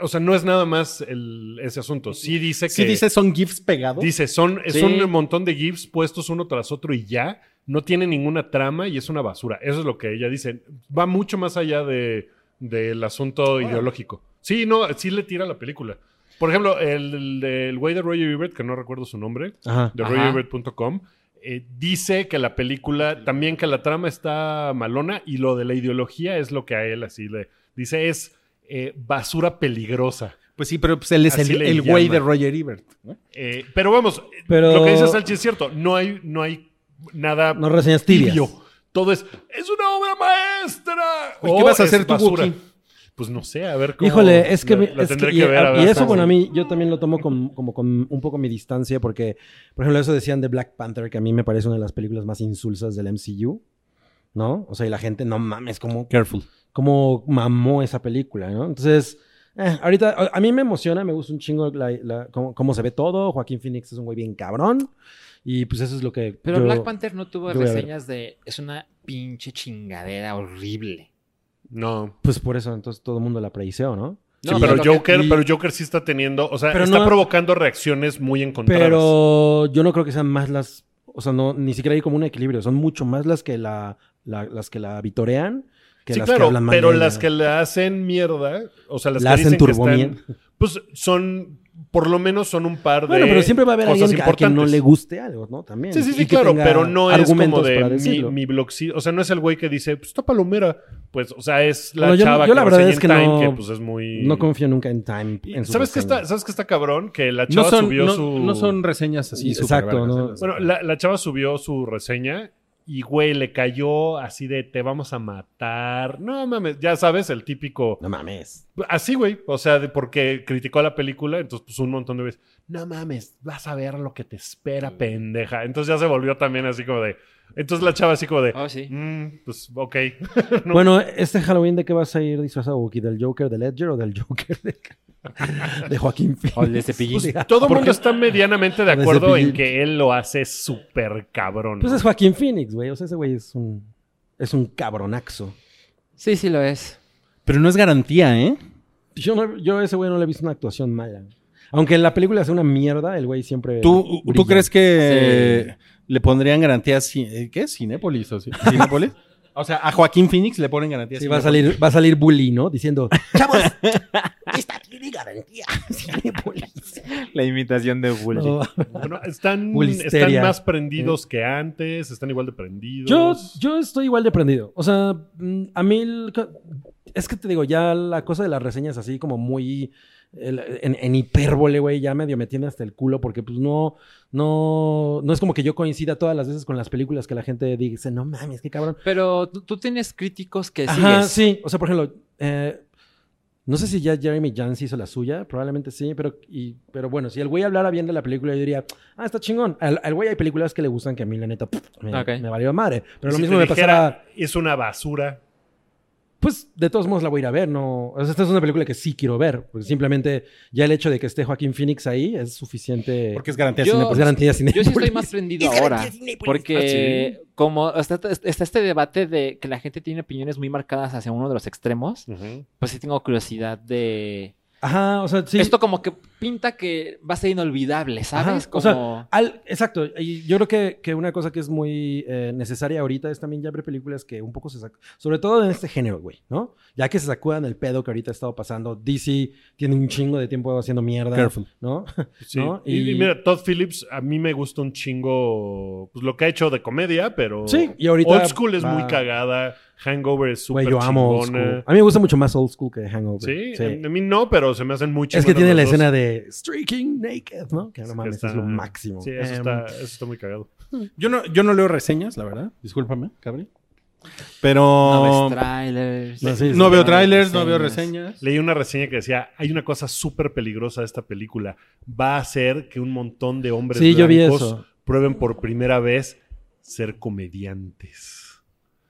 O sea, no es nada más el- ese asunto. Sí dice que...
Sí dice son GIFs pegados.
Dice, son,
Sí.
son un montón de GIFs puestos uno tras otro y ya. No tiene ninguna trama y es una basura. Eso es lo que ella dice. Va mucho más allá de, del asunto ideológico. Sí, no, sí le tira la película. Por ejemplo, el, el, el güey de Roger Ebert, que no recuerdo su nombre,
Ajá.
de
Ajá.
RogerEbert.com, eh, dice que la película, también que la trama está malona y lo de la ideología es lo que a él así le dice, es eh, basura peligrosa.
Pues sí, pero pues él es
Así
el,
le
el güey de
llama.
Roger Ebert. ¿no?
Eh, pero vamos, eh,
Pero-
lo que dice Salchi es cierto. No hay, no hay nada
No reseñas tibias.
tibio. Todo es, es una obra maestra.
¿Y qué
O
vas a
es
hacer tú,
basura.
Wookie?
Pues no sé, a ver cómo.
Híjole, es que,
la-
mi-
la
es
Oh, tendré
que-
que
y,
ver, a
y
ver.
eso bueno a mí yo también lo tomo con, como con un poco mi distancia porque por ejemplo eso decían de Black Panther que a mí me parece una de las películas más insulsas del MCU, ¿no? O sea, y la gente no mames como
Careful.
como mamó esa película, ¿no? Entonces, eh, ahorita a- a mí me emociona, me gusta un chingo la- la- cómo, cómo se ve todo. Joaquín Phoenix es un güey bien cabrón. Y pues eso es lo que.
Pero
yo-
Black Panther no tuvo
yo voy a ver.
reseñas de. Es una pinche chingadera horrible.
No.
Pues por eso, entonces todo el mundo la prehició, ¿no?
Sí,
No,
pero
lo que-
Joker,
y-
pero Joker sí está teniendo, o sea,
Pero
está
no-
provocando reacciones muy encontradas.
Pero yo no creo que sean más las. O sea, no, ni siquiera hay como un equilibrio. Son mucho más las que la, la- las que la vitorean que
sí,
las que
claro,
hablan mal.
pero
de ella.
las que le hacen mierda, o sea, las
La
que
hacen
dicen que están-
turbomier-
pues son, por lo menos son un par de
Bueno, pero siempre va a haber
cosas
alguien que- a quien no
importantes.
le guste algo, ¿no? También.
Sí, sí,
Y
sí,
que
claro,
tenga
pero no es como
argumentos para
de mi,
decirlo.
mi blogcito. O sea, no es el güey que dice, pues está palomera. Pues, o sea, es la
Bueno, yo-
chava
yo la
que
verdad
reseña
es
en
que
Time,
no-
que pues es muy.
No confío nunca en Time.
Y
en su
¿Sabes qué
reseña.
está, ¿Sabes qué está cabrón? Que la
No
chava
son,
subió
no-
su.
no son reseñas así.
Exacto,
supervergas,
no.
¿eh?
Bueno, la, la chava subió su reseña y, güey, le cayó así de te vamos a matar. No mames, ya sabes, el típico.
No mames.
Así, güey. O sea, de- porque criticó la película, entonces pues un montón de veces. No mames, vas a ver lo que te espera, pendeja. Entonces ya se volvió también así como de. Entonces la chava así como de.
Oh, sí.
Mm, pues ok.
(laughs) Bueno, este Halloween de qué vas a ir disfrazado, Wookie? ¿Del Joker de Ledger o del Joker de, de Joaquín Phoenix?
(laughs) O el de Cepillín.
Sí.
Todo el
Porque-
mundo está medianamente de
(laughs) Desde
acuerdo en
Pillín.
que él lo hace súper cabrón.
Pues
¿no?
es Joaquín Phoenix, güey. O sea, ese güey es un, es un cabronaxo.
Sí, sí lo es.
Pero no es garantía, ¿eh?
Yo, no- yo a ese güey no le he visto una actuación mala. Aunque en la película sea una mierda, el güey siempre.
¿Tú,
brilla.
¿tú crees que le pondrían garantía a Ci- eh, ¿qué? Cinépolis o ci- Cinépolis? (laughs) o sea, a Joaquín Phoenix le ponen garantía.
Sí, va a
Cinépolis.
salir, va a salir bully, ¿no?
(laughs)
Diciendo.
(laughs)
La imitación de Bully.
"No".
Bueno, están,
(laughs) Full
están
histeria.
más prendidos que antes, están igual de prendidos.
Yo, yo estoy igual de prendido. O sea, mm, a mí. el ca- es que te digo, ya la cosa de las reseñas así como muy. el- en, en hipérbole, güey, ya medio me tiene hasta el culo porque pues no, no, no es como que yo coincida todas las veces con las películas que la gente dice, no mames, qué cabrón.
Pero tú, tú tienes críticos que
Ajá,
sigues.
sí. O sea, por ejemplo, eh, No sé si ya Jeremy Jans hizo la suya, probablemente sí, pero, y, pero bueno, si el güey hablara bien de la película, yo diría, ah, está chingón. Al, al güey hay películas que le gustan que a mí, la neta, pff, me,
Ok.
me valió madre. Pero lo
Si
mismo
te
me
dijera,
pasará,
Es una basura.
pues de todos modos la voy a ir a ver, no. O sea, esta es una película que sí quiero ver, porque simplemente ya el hecho de que esté Joaquín Phoenix ahí es suficiente.
Porque es garantía
Yo-
cine.
es garantía sin
Yo sí estoy más prendido ahora. Porque como está, está este debate de que la gente tiene opiniones muy marcadas hacia uno de los extremos, pues sí tengo curiosidad de...
Ajá, o sea, sí.
Esto como que pinta que va a ser inolvidable, ¿sabes?
Ajá,
Como...
o sea, Al- exacto. Y yo creo que, que una cosa que es muy eh, necesaria ahorita es también ya ver películas que un poco se sacan. Sobre todo en este género, güey, ¿no? Ya que se sacudan el pedo que ahorita ha estado pasando. DC tiene un chingo de tiempo haciendo mierda.
Careful.
¿No?
Sí.
¿No?
Y, y
Y-
mira, Todd Phillips, a mí me gusta un chingo pues, lo que ha hecho de comedia, pero
Sí, y ahorita
Oh. Old School es
va-
muy cagada, Hangover es súper
Güey, yo amo old school.
chingona.
A mí me gusta mucho más old school que Hangover.
Sí, A, a mí no, pero se me hacen muy
Es
chingonas
que tiene la
las dos.
escena de Streaking Naked, ¿no? Que
Sí,
no mames,
está-
es lo máximo.
Sí, eso,
Em,
está, eso está muy cagado.
Yo no, yo no leo reseñas, la verdad. Discúlpame, Cabri. Pero
No ves trailers. este,
No, sí, sí,
no veo
ves
trailers, no veo reseñas.
Leí una reseña que decía, hay una cosa súper peligrosa de esta película. Va a hacer que un montón de hombres
Sí, yo vi
blancos
eso.
prueben por primera vez ser comediantes.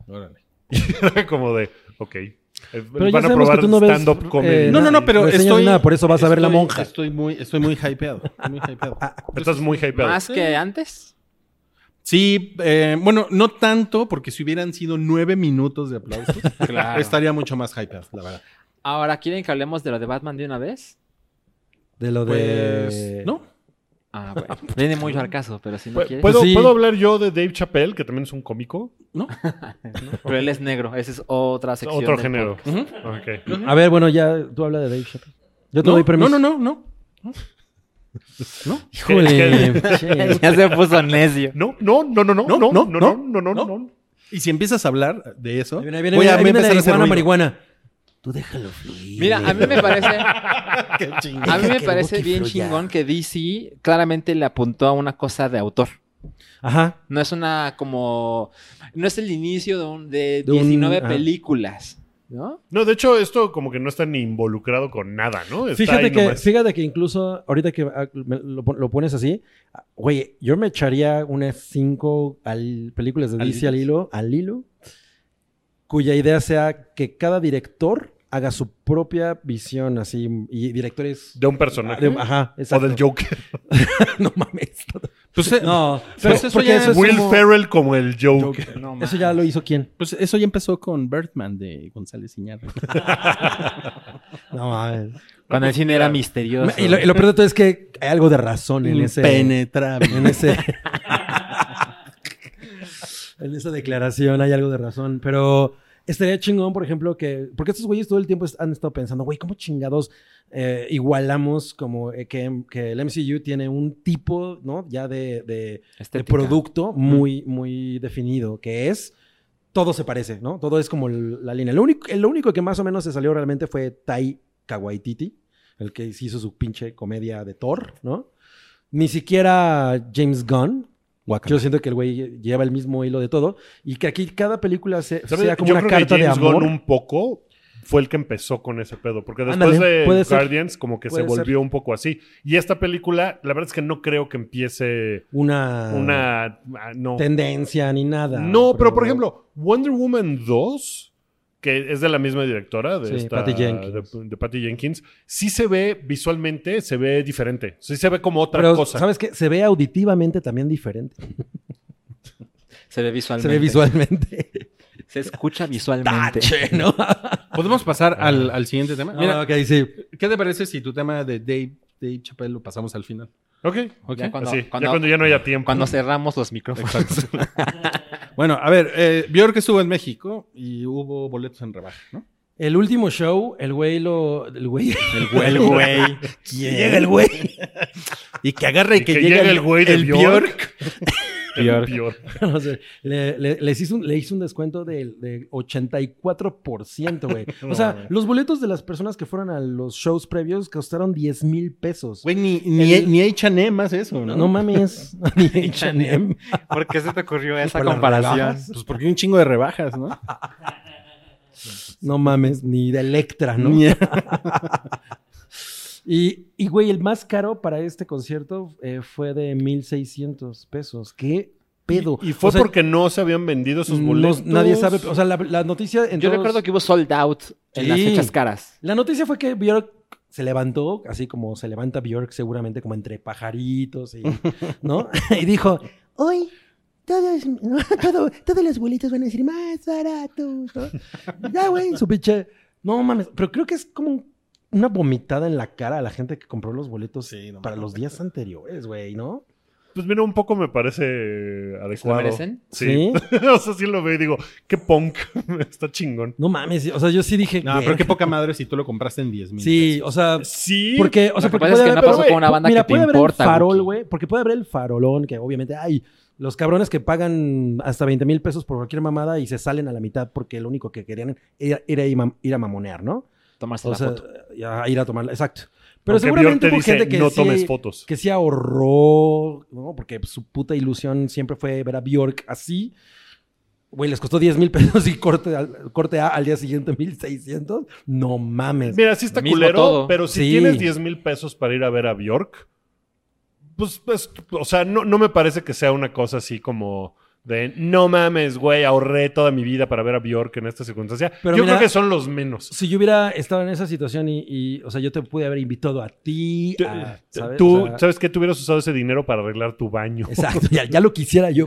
Órale.
Era (laughs) como de, ok. eh,
Pero ya
van a
sabemos
probar
que tú no ves,
stand-up
eh,
comedy.
No, no, no, pero
reseñas
estoy.
ni nada, por eso vas a ver La
estoy-
Monja.
Estoy muy, estoy muy hypeado. Muy hypeado.
Estás muy hypeado.
Más que antes.
Sí, eh, bueno, no tanto, porque si hubieran sido nueve minutos de (laughs) aplausos,
Claro.
estaría mucho más hypeado, la verdad.
Ahora, ¿quieren que hablemos de lo de Batman de una vez?
De lo de.
Pues. No.
(laughs)
Ah, bueno. Viene mucho al caso, pero si no
Pu-
quieres.
¿Puedo,
Pues Sí.
¿Puedo hablar yo de Dave Chappelle, que también es un cómico?
Pero él es negro. Esa es otra sección.
Otro
del
género.
podcast.
Ujú.
Ok.
A ver, bueno, ya tú habla de Dave Chappelle. Yo te
No,
doy permiso.
No, no, no, no.
Híjole. che.
(laughs) ya se puso necio.
No, no, no, no, no, no, no, no, no, no, no,
no. Y si empiezas a hablar de eso,
Ahí viene, ahí viene,
voy a
ahí viene la
empezar a hacer
marihuana,
ruido.
marihuana. Tú déjalo fluir.
Mira, a mí me parece.
(laughs) Qué chingada.
A mí me
que el
parece
Buki
bien
fluya.
chingón que DC claramente le apuntó a una cosa de autor.
Ajá.
No es una como. No es el inicio de, un- de
De un-
19
ajá.
películas. ¿No?
No, de hecho, esto como que no está ni involucrado con nada, ¿no? Está
Fíjate
ahí
que,
nomás.
fíjate que incluso ahorita que ah, me- lo, pon- lo pones así, ah, güey, yo me echaría unas cinco al- películas de
Al
DC al hilo, al hilo, cuya idea sea que cada director haga su propia visión así y directores
De un personaje.
de- ajá,
o
exacto.
del Joker.
(laughs) no mames.
Pues, eh,
No,
pero
pero
eso
porque
ya-
eso es
Will
como-
Ferrell como el Joker.
No,
Eso ya lo hizo quién?
pues eso ya empezó con Birdman de González Iñárritu.
No mames.
Cuando el cine era misterioso.
Y lo, y lo peor de todo es que hay algo de razón en ese.
Impenetrable.
En ese. (laughs) en esa declaración hay algo de razón. Pero estaría chingón, por ejemplo, que. Porque estos güeyes todo el tiempo est- han estado pensando, güey, ¿cómo chingados eh, igualamos como eh, que, que el MCU tiene un tipo, ¿no? Ya de- de de
Estética.
producto muy, muy definido, que es todo se parece, ¿no? Todo es como el- la línea. Lo único, lo único que más o menos se salió realmente fue Tai Kawaititi, el que hizo su pinche comedia de Thor, ¿no? Ni siquiera James Gunn. Yo siento que el güey lleva el mismo hilo de todo y que aquí cada película se,
¿Sabes?
sea como
Yo
una
creo que
carta de
James Gunn
amor.
un poco fue el que empezó con ese pedo. Porque después
Ándale,
de
puede ser.
Guardians, como que se
Puede ser.
volvió un poco así. Y esta película, la verdad es que no creo que empiece
Una,
una. ah, no.
tendencia ni nada.
No, pero por ejemplo, Wonder Woman 2, que es de la misma directora, de,
Sí,
esta-
Patty Jenkins.
de, de Patty Jenkins, sí se ve visualmente, se ve diferente. Sí se ve como otra
Pero,
cosa.
¿sabes qué? Se ve auditivamente también diferente.
Se ve
Se
visualmente.
(laughs)
ve Ah, visualmente.
Se escucha visualmente.
¿no?
(laughs) ¿Podemos pasar al, al siguiente
(laughs)
tema? Mira,
Ah, ok, sí.
¿qué te parece si tu tema de Dave, Dave Chappelle lo pasamos al final?
Ok.
¿Ok?
Ya cuando,
Así,
cuando-
ya cuando ya no haya tiempo.
cuando cerramos los micrófonos. (laughs)
Bueno, a ver, eh, Bjork estuvo en México y hubo boletos en rebaja, ¿no?
El último show, el güey lo. El güey.
El güey. El (laughs) güey.
(laughs) Llega el güey.
Y que agarre
Y que llegue el güey de Bjork.
Peor.
Peor.
(laughs) No sé, le, le- les hizo un, le hizo un descuento del del 84%, (laughs) güey. O sea, los boletos de las personas que fueron a los shows previos costaron 10 mil pesos.
Güey, ni, ni,
El-
ni H&M más eso,
No,
¿no?
no (laughs) mames. Ni H&M.
¿Por qué se te ocurrió esa
Por las
comparación?
rebajas.
Pues porque hay un chingo de rebajas, ¿no?
No mames, ni de Electra, ¿no? (laughs) y, y, güey, el más caro para este concierto eh, fue de 1,600 pesos. ¿Qué pedo?
Y, y fue
O sea,
porque no se habían vendido esos
no-
boletos.
nadie sabe. O sea, la, la noticia. en
Yo
todos-
recuerdo que hubo sold out en las
Sí.
fechas caras.
La noticia fue que Björk se levantó, así como se levanta Björk seguramente como entre pajaritos,
(laughs)
y, ¿no? (laughs) y dijo, hoy todos, ¿no? (laughs) Todo- todos los bolitos van a decir más baratos, ¿no? Ya, güey, su pinche... No mames, pero creo que es como un- una vomitada en la cara a la gente que compró los boletos
(laughs) Sí, no
para
mames.
los días anteriores, güey, ¿no?
Pues mira, un poco me parece eh,
¿Se lo
adecuado.
merecen?
Sí. (laughs) o sea, sí lo veo y digo, qué punk. (laughs) Está chingón.
No mames, o sea, yo sí dije...
No,
"Güey".
pero qué poca madre si tú lo compraste en 10 mil.
Sí, o sea...
Sí.
Porque, o sea,
Lo que
porque
pasa es
puede
que
haber,
no
pero,
pasó
güey,
con una banda
mira,
que te
puede haber
importa,
el farol,
Wookie.
güey, porque puede haber el farolón que obviamente, ay, los cabrones que pagan hasta 20 mil pesos por cualquier mamada y se salen a la mitad porque lo único que querían era, era ir, mam- ir a mamonear, ¿no?
Tomarse
O
la
sea,
foto.
ya, ir a tomar, exacto.
Pero
Pero seguramente
te
hubo
dice,
gente que
no
sí-
tomes fotos.
que se ahorró, ¿no? Porque su puta ilusión siempre fue ver a Bjork así. Güey, les costó 10 mil pesos y corte, al- corte A al día siguiente 1600. No mames.
Mira, sí está
Mismo
culero,
todo.
pero si
Sí.
tienes 10 mil pesos para ir a ver a Bjork, pues, pues, o sea, no, no me parece que sea una cosa así como de no mames, güey, ahorré toda mi vida para ver a Bjork en esta circunstancia.
Pero
Yo
mira-
creo que son los menos.
si yo hubiera estado en esa situación y, y, o sea, yo te pude haber invitado a ti, a- ¿sabes?
Tú,
O sea,
¿sabes qué? Tú hubieras usado ese dinero para arreglar tu
(laughs)
baño.
Exacto, ya, ya lo quisiera yo.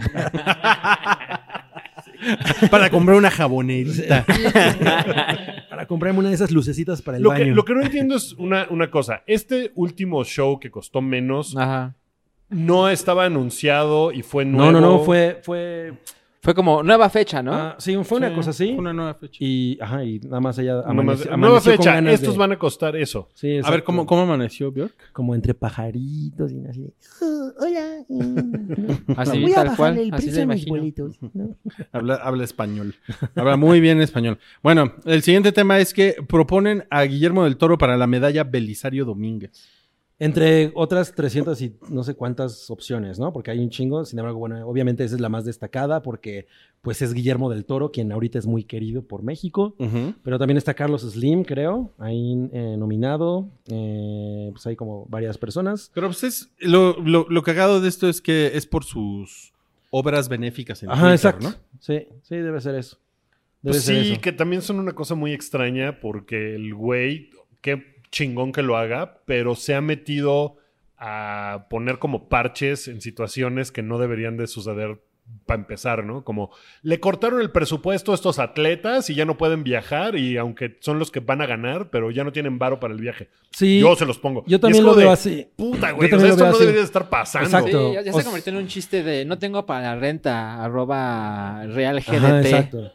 Para comprar una (laughs) jabonerita.
Para comprarme una de esas lucecitas para el
Lo que,
baño.
lo que no entiendo es una, una cosa. Este último show que costó menos
Ajá.
no estaba anunciado y fue nuevo.
no, no, no, fue, fue,
Fue como nueva fecha, ¿no?
ah, sí, fue una cosa así.
Una nueva fecha.
Y, ajá, y nada más ella
Nada más-
amaneció,
nueva
amaneció con
fecha.
ganas
Estos
de-
van a costar eso.
Sí,
A ver,
exacto.
¿cómo, ¿cómo amaneció Bjork?
Como entre pajaritos y así. de, "Oh, hola. mm,
Así,
voy a
tal
bajarle
cual.
el
Así
precio
la
a mis
imagino.
bolitos. ¿no?
Habla, habla español. (laughs) Habla muy bien español. Bueno, el siguiente tema es que proponen a Guillermo del Toro para la medalla Belisario Domínguez.
Entre otras 300 y no sé cuántas opciones, ¿no? Porque hay un chingo. Sin embargo, bueno, obviamente esa es la más destacada porque pues es Guillermo del Toro, quien ahorita es muy querido por México. Pero también está Carlos Slim, creo, ahí eh, nominado. Eh, pues hay como varias personas.
Pero pues es, lo, lo, lo cagado de esto es que es por sus obras benéficas en
Ajá,
Twitter,
exacto.
¿no?
Sí, sí, debe ser eso. Debe
Pues
ser
sí,
eso.
que también son una cosa muy extraña porque el güey, qué chingón que lo haga, pero se ha metido a poner como parches en situaciones que no deberían de suceder para empezar, ¿no? Como le cortaron el presupuesto a estos atletas y ya no pueden viajar y aunque son los que van a ganar, pero ya no tienen varo para el viaje.
Sí,
yo se los pongo.
yo
Y
también
es
lo
como
veo
de,
así.
Puta,
Yo
güey, o
también
sea,
lo
esto
veo
no
así.
debería de estar pasando.
Exacto.
Sí, ya, ya
O
se
s-
convirtió en un chiste de no tengo para renta, arroba real GDT.
Ajá, exacto.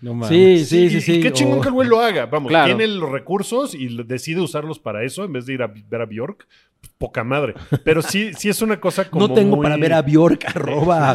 No mames.
Sí, sí, sí,
y-
sí.
Y qué chingón
o-
que el güey lo haga. Vamos,
Claro.
tiene los recursos y lo- decide usarlos para eso en vez de ir a vi- ver a Bjork. pues, Poca madre. Pero sí, sí es una cosa como.
(laughs) no tengo
muy-
para ver a Bjork, (laughs)
(laughs)
arroba.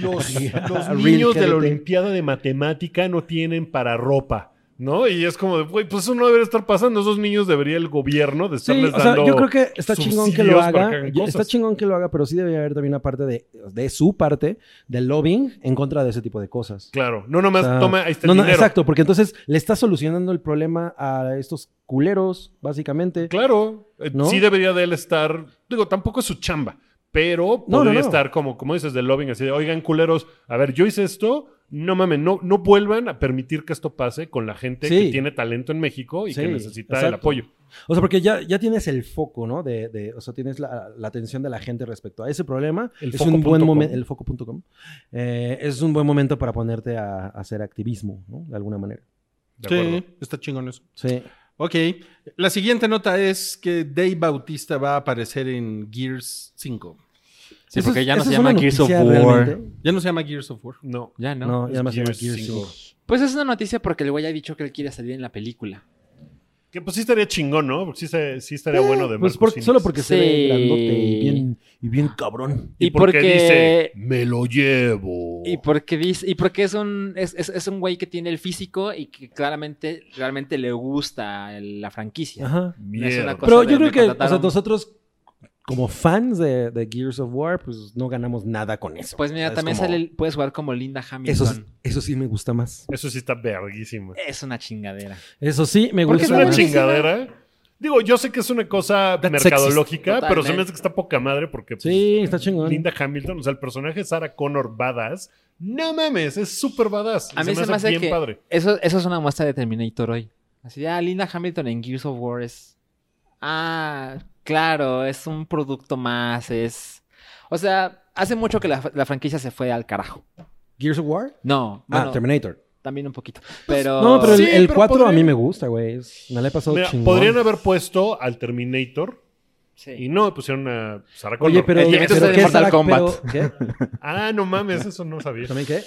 Los, los
Real
niños de la
GDT.
Olimpiada de Matemática no tienen para ropa. ¿No? Y es como de, güey, pues eso no debería estar pasando. Esos niños debería el gobierno de
Sí,
estarles
o sea,
dando
yo creo que está chingón que lo
subsidios para
haga.
que hagan
Yo- Está
cosas.
chingón que lo haga, pero sí debe haber también una parte de, de su parte del lobbying en contra de ese tipo de cosas.
Claro. No nomás
O sea,
toma, ahí está el
Este
no, no,
dinero.
exacto, porque entonces le está solucionando el problema a estos culeros, básicamente.
Claro, eh,
¿No?
sí debería de él estar, digo, tampoco es su chamba, pero
No,
podría
no, no.
estar como, como dices, del lobbying, así de, oigan, culeros, a ver, yo hice esto, no mames, no, no vuelvan a permitir que esto pase con la gente
Sí.
que tiene talento en México y
Sí,
que necesita el
exacto.
apoyo.
O sea, porque ya, ya tienes el foco, ¿no? De, de- o sea, tienes la, la atención de la gente respecto a ese problema.
El
es
foco
un buen
punto com.
momento. El foco.com. Eh, es un buen momento para ponerte a, a hacer activismo, ¿no? De alguna manera.
De
Sí,
acuerdo.
está chingón eso.
Sí.
Ok, la siguiente nota es que Dave Bautista va a aparecer en Gears 5.
Sí,
Eso
porque
es-
ya no
esa
se
es una
llama Gears of
noticia
War.
realmente.
Ya no se llama Gears of War.
No.
Ya no.
No, ya más
Gears
se llama Gears
5.
Pues es una noticia porque el güey ha dicho que él quiere salir en la película.
Que pues sí estaría chingón, ¿no? Porque sí, se- sí estaría bueno de
Pues
Marcos
por-
Phoenix.
solo porque se ve
Sí.
grandote y bien, y bien cabrón.
Y,
Y
porque,
porque-
dice, me lo
Oh.
llevo.
Y porque dice, y porque es un, es, es- es un güey que tiene el físico y que claramente, realmente le gusta el- la franquicia.
Ajá.
No es una
Mierda.
cosa
Pero
de,
yo creo
me
que o sea,
contrataron-
nosotros como fans de, de Gears of War, pues no ganamos nada con eso.
Pues mira,
Es
también
como-
sale, puedes jugar como Linda
Eso,
Hamilton.
eso sí me gusta más.
Eso sí está verguísima.
Es una chingadera.
Eso sí me
Porque
gusta
es una
más.
chingadera. ¿eh? Digo, yo sé que es una cosa
That's
mercadológica,
sexist.
pero se me
Totalmente.
hace que está poca madre porque pues,
Sí, está chingón.
Linda Hamilton, o sea, el personaje de Sarah Connor badass, no mames, es súper badass.
A mí se me hace,
bien
que
padre.
Eso, eso es una muestra de Terminator hoy. Así, de, ah, Linda Hamilton en Gears of War es... Ah, claro, es un producto más, es... O sea, hace mucho que la, la franquicia se fue al carajo.
Gears of War. Ah,
No, bueno, Oh.
Terminator.
también un poquito. Pero...
no, pero el,
Sí,
el
pero
4 a mí
podrían-
me gusta, güey. Es- Me la he pasado
Mira,
chingón.
podrían haber puesto al Terminator y
Sí.
no pusieron a Sarah Connor.
Oye, pero,
El
pero,
director de
¿qué es
Mortal
Sarah-
Kombat.
pero- ¿Qué?
Ah, no mames, eso no sabía.
¿También qué?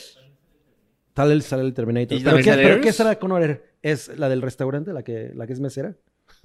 Sale el, sale el Terminator.
¿Y
¿Pero
también
qué,
sale
pero
Earth?
qué Sarah Connor es? ¿La del restaurante? ¿La que, la que es mesera?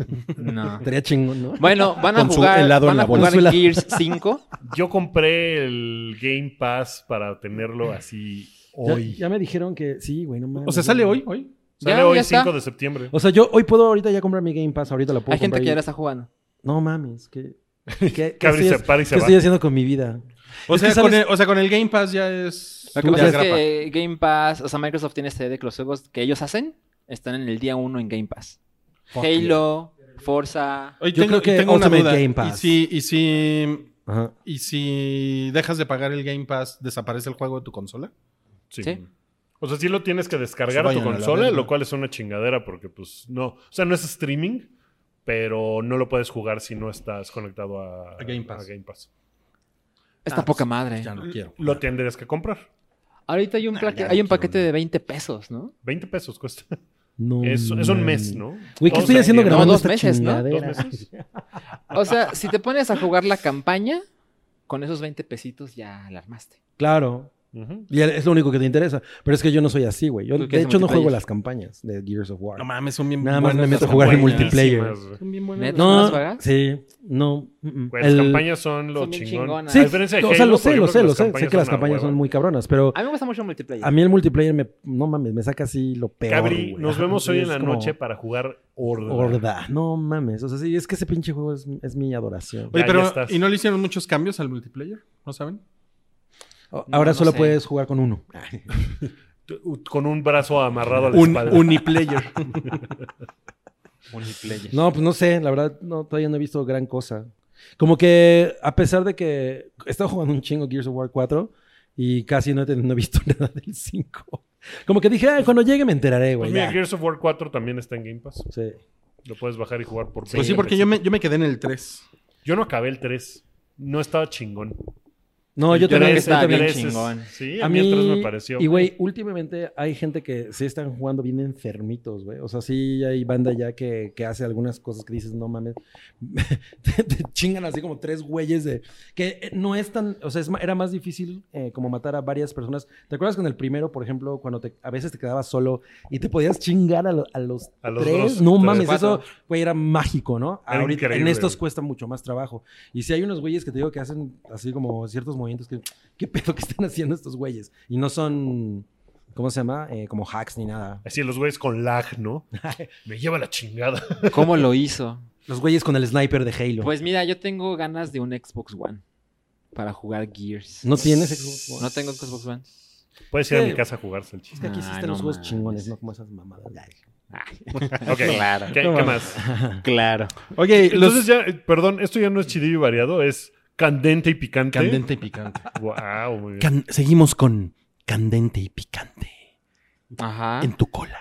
(laughs)
No.
Estaría chingón, ¿no?
Bueno, van a
Con su
jugar,
helado en
van
la
a
bolsa.
jugar
(laughs)
Gears 5.
Yo compré el Game Pass para tenerlo así
Ya-
hoy.
Ya, me dijeron que sí, güey, no mames.
O sea, sale hoy, hoy.
Sale
Ya,
hoy
ya
5
está.
de septiembre.
O sea, yo hoy puedo ahorita ya comprar mi Game Pass, ahorita lo puedo
Hay gente
comprar
que
y-
ya la está jugando.
No
(laughs)
mames, que qué,
Que abre y
estoy-
se para y se
qué
va.
estoy haciendo con mi vida?
O,
Es
sea,
que
con
sales-
el, o sea, con el Game Pass ya es.
Lo que
ya
pasa es
grapa.
que Game Pass, o sea, Microsoft tiene esta idea de que los juegos que ellos hacen están en el día 1 en Game Pass. Halo, Forza.
Oye,
Yo creo que Ultimate Game Pass.
Y si, y, si,
Ajá.
y si dejas de pagar el Game Pass, ¿desaparece el juego de tu consola?
Sí.
Sí.
O sea, sí lo tienes que descargar
Pues
a tu
vayan a la
consola,
verga.
lo cual es una chingadera porque pues no, o sea, no es streaming, pero no lo puedes jugar si no estás conectado a,
A Game Pass.
Está
Ah,
poca
pues,
madre.
Ya no quiero.
Lo tendrías que comprar.
Ahorita hay un,
Ah,
Nah,
plaque-
ya no
hay un
quiero
paquete
nada.
de 20 pesos, ¿no?
20 pesos cuesta.
No
Es, es un mes,
mames.
¿no?
Mm. Güey, ¿qué
Todos
estoy
los
haciendo
días.
grabando
dos
esta
meses, ¿no?
chingadera?
Dos meses.
O sea, si te pones a jugar la campaña, con esos 20 pesitos ya la armaste.
Claro.
Ujú.
Y es lo único que te interesa. Pero es que yo no soy así, güey. Yo,
¿Tú qué
de
es
hecho, no
multiplayer?
juego las campañas de Gears of War.
No mames, son bien
Nada más me
buenas
meto a
las
jugar en
campañas.
multiplayer.
Buenísimas, güey.
Son bien buenas
Neta.
las-
¿No
No,
las juegas?
sí, no. mm, mm.
Güey, las
El-
campañas son lo
Son bien
chingón.
chingonas.
Pues, A diferencia de
o sea,
Halo,
lo
por
sé, lo
ejemplo,
sé, lo
las
sé. Sé que las
son una
campañas son
hueva.
muy cabronas, pero
A mí me gusta mucho el multiplayer.
a mí el multiplayer me, no mames, me saca así lo peor.
Cabri,
güey.
nos
Ajá,
vemos hoy en
es
la
como
noche para jugar Horda.
Horda, no mames. O sea, sí, es que ese pinche juego es, es mi adoración.
Oye,
Ya, ya
pero
estás.
¿y no le hicieron muchos cambios al multiplayer? ¿No saben?
Ahora
Oh, no
solo
sé.
puedes jugar con
(laughs)
uno. (laughs)
Tú- Con un brazo amarrado a la
Un,
espalda.
(laughs) uniplayer.
Multiplayer.
No, pues no sé, la verdad, no, todavía no he visto gran cosa. Como que, a pesar de que he estado jugando un chingo Gears of War 4 y casi no he, ten- no he visto (laughs) nada del 5. Como que dije, "Ah, cuando llegue me enteraré,
Pues
güey.
mira,
ya".
Gears of War 4 también está en Game Pass.
Sí.
Lo puedes bajar y jugar por
Pues sí,
20
porque yo me, yo me quedé en el 3.
Yo no acabé el 3. No estaba chingón.
No, yo
Yo
también.
creo que
yo
está
también-
bien
Tres es-
chingón.
Sí, a mí, el 3 me pareció.
Y güey, últimamente hay gente que sí están jugando bien enfermitos, güey. O sea, sí hay banda ya que, que hace algunas cosas que dices, no mames. (laughs) te, te chingan así como tres güeyes de. Que eh, no es tan. O sea, es ma- era más difícil eh, como matar a varias personas. ¿Te acuerdas con el primero, por ejemplo, cuando te, a veces te quedabas solo y te podías chingar a, lo- a los
A los
tres?
dos,
no
tres,
mames,
cuatro.
eso, güey, era mágico, ¿no?
Era
Ahorita, en
increíble,
estos
güey.
cuesta mucho más trabajo. Y si hay unos güeyes que te digo que hacen así como ciertos movimientos que. ¿Qué pedo que están haciendo estos güeyes? Y no son, ¿cómo se llama? Eh, como hacks ni nada.
Así los güeyes con lag, ¿no? me lleva la chingada.
¿Cómo lo hizo?
Los güeyes con el sniper de Halo.
Pues mira, yo tengo ganas de un Xbox One para jugar Gears.
¿No tienes Xbox One?
No tengo Xbox One.
Puedes ir a
Sí.
mi casa a jugarse el
Es
chiste.
que aquí sí
Ay,
están
no
los juegos
mames.
chingones, ¿no? Como esas mamadas. Ay.
Ok.
(laughs) Claro.
¿Qué, qué más?
Claro.
Oye,
Entonces ya, eh, perdón, esto ya no es chidillo y variado, es candente y picante.
Candente y picante.
Wow, muy bien.
Can- seguimos con candente y picante
Ah.
Ajá.
tu cola.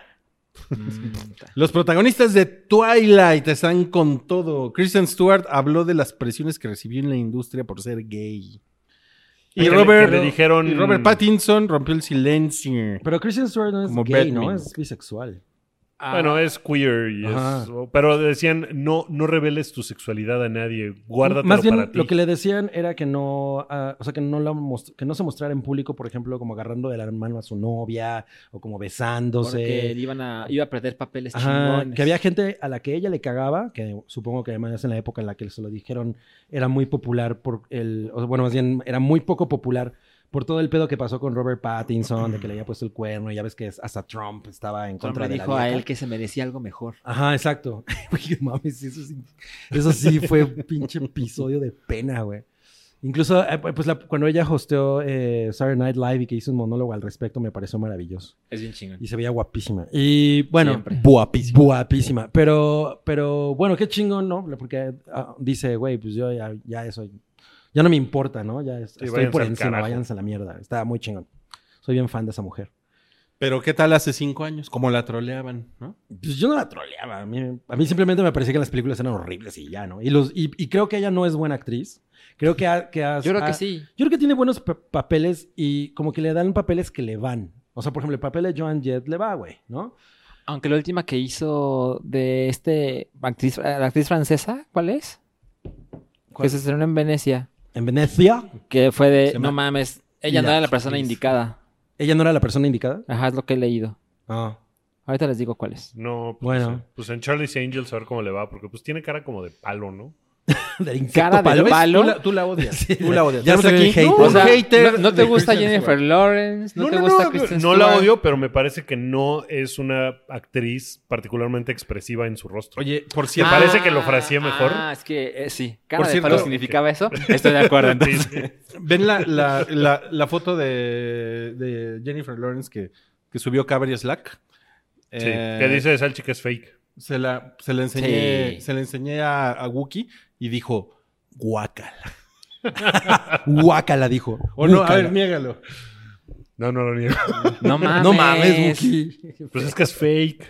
Mm, ta-
Los protagonistas de Twilight están con todo. Kristen Stewart habló de las presiones que recibió en la industria por ser gay.
Que
Y
le-
Robert,
que le dijeron-
y Robert Pattinson rompió el silencio.
Pero Christian Stewart no es
Como
gay,
Batman.
¿no? Es bisexual.
Ah,
Bueno,
eh,
es queer y
Ajá.
es, pero decían no no reveles tu sexualidad a nadie, guárdatelo
Más bien,
para ti.
lo que le decían era que no, ah, o sea, que no, la most- que no se mostrara en público, por ejemplo, como agarrando de la mano a su novia o como besándose.
porque le iban a, iba a perder papeles
Ajá,
chingones.
que había gente a la que ella le cagaba, que supongo que además en la época en la que se lo dijeron era muy popular por el, o sea, bueno, más bien era muy poco popular por todo el pedo que pasó con Robert Pattinson, de que le había puesto el cuerno, y ya ves que es- hasta Trump estaba en
Trump
contra
le
de la
dijo a
vieja.
él que se merecía algo mejor.
Ajá, exacto. (laughs) Güey, mames, eso sí, eso sí fue un pinche episodio de pena, güey. Incluso, eh, pues la- cuando ella hosteó eh, Saturday Night Live y que hizo un monólogo al respecto, me pareció maravilloso.
Es bien chingón.
Y se veía guapísima. Y bueno,
Siempre.
guapísima. Guapísima. Pero, pero bueno, qué chingón, ¿no? Porque ah, dice, güey, pues yo ya, ya eso, ya no me importa, ¿no? Ya es-
Sí,
estoy
váyanse
por
al
encima,
carajo.
váyanse a la mierda. Está muy chingón. Soy bien fan de esa mujer.
Pero ¿qué tal hace cinco años? Como la troleaban, ¿no?
Pues yo no la troleaba. A mí, a mí simplemente me parecía que las películas eran horribles y ya, ¿no? Y, los, y, y creo que ella no es buena actriz. Creo que, ha- que ha-
Yo creo
ha-
que sí.
Yo creo que tiene buenos pa- papeles y como que le dan papeles que le van. O sea, por ejemplo, el papel de Joan Jett le va, güey, ¿no?
Aunque la última que hizo de este actriz, la actriz francesa, ¿cuál es?
¿Cuál?
Que se estrenó en Venecia.
En Venecia,
Que fue de,
Se
no
llama
mames, ella no
La
era la persona
actriz.
indicada.
ella no era la persona indicada.
Ajá, es lo que he leído.
Ah.
Ahorita les digo cuál es.
No, pues,
Bueno.
no sé. Pues en Charlie's Angels a ver cómo le va, porque pues tiene cara como de palo, ¿no?
(laughs) Del
Cara de
palo.
¿Ves?
palo.
Tú la, tú la odias.
Sí.
Tú la odias.
Ya
Tenemos
se ve el hater.
¡No!
O sea,
hater
no, no te
de
gusta
Kristen
Jennifer
Stewart.
Lawrence, no,
No,
te
no,
gusta
no,
Kristen
no la
Stewart.
odio, pero me parece que no es una actriz particularmente expresiva en su rostro.
(laughs) Oye, por
¿Te
cierto,
parece que lo fraseé mejor?
Ah, es que eh, sí. Cara
Por
de
cierto-
palo significaba eso. Estoy de acuerdo.
Sí,
(laughs)
entonces.
sí.
ven la, la- la- la foto de, de Jennifer Lawrence que, que subió Cabri Slack.
Sí,
Eh,
que dice Salchi que es fake.
Se la, se la enseñé,
Sí.
se la enseñé a, a Wookie y dijo, guácala.
(laughs) Guácala, dijo.
O "Oh, no, a
Guácala.
ver, niégalo.
No, no lo niego.
No mames.
No mames, Buki.
(laughs) Pues es que es fake.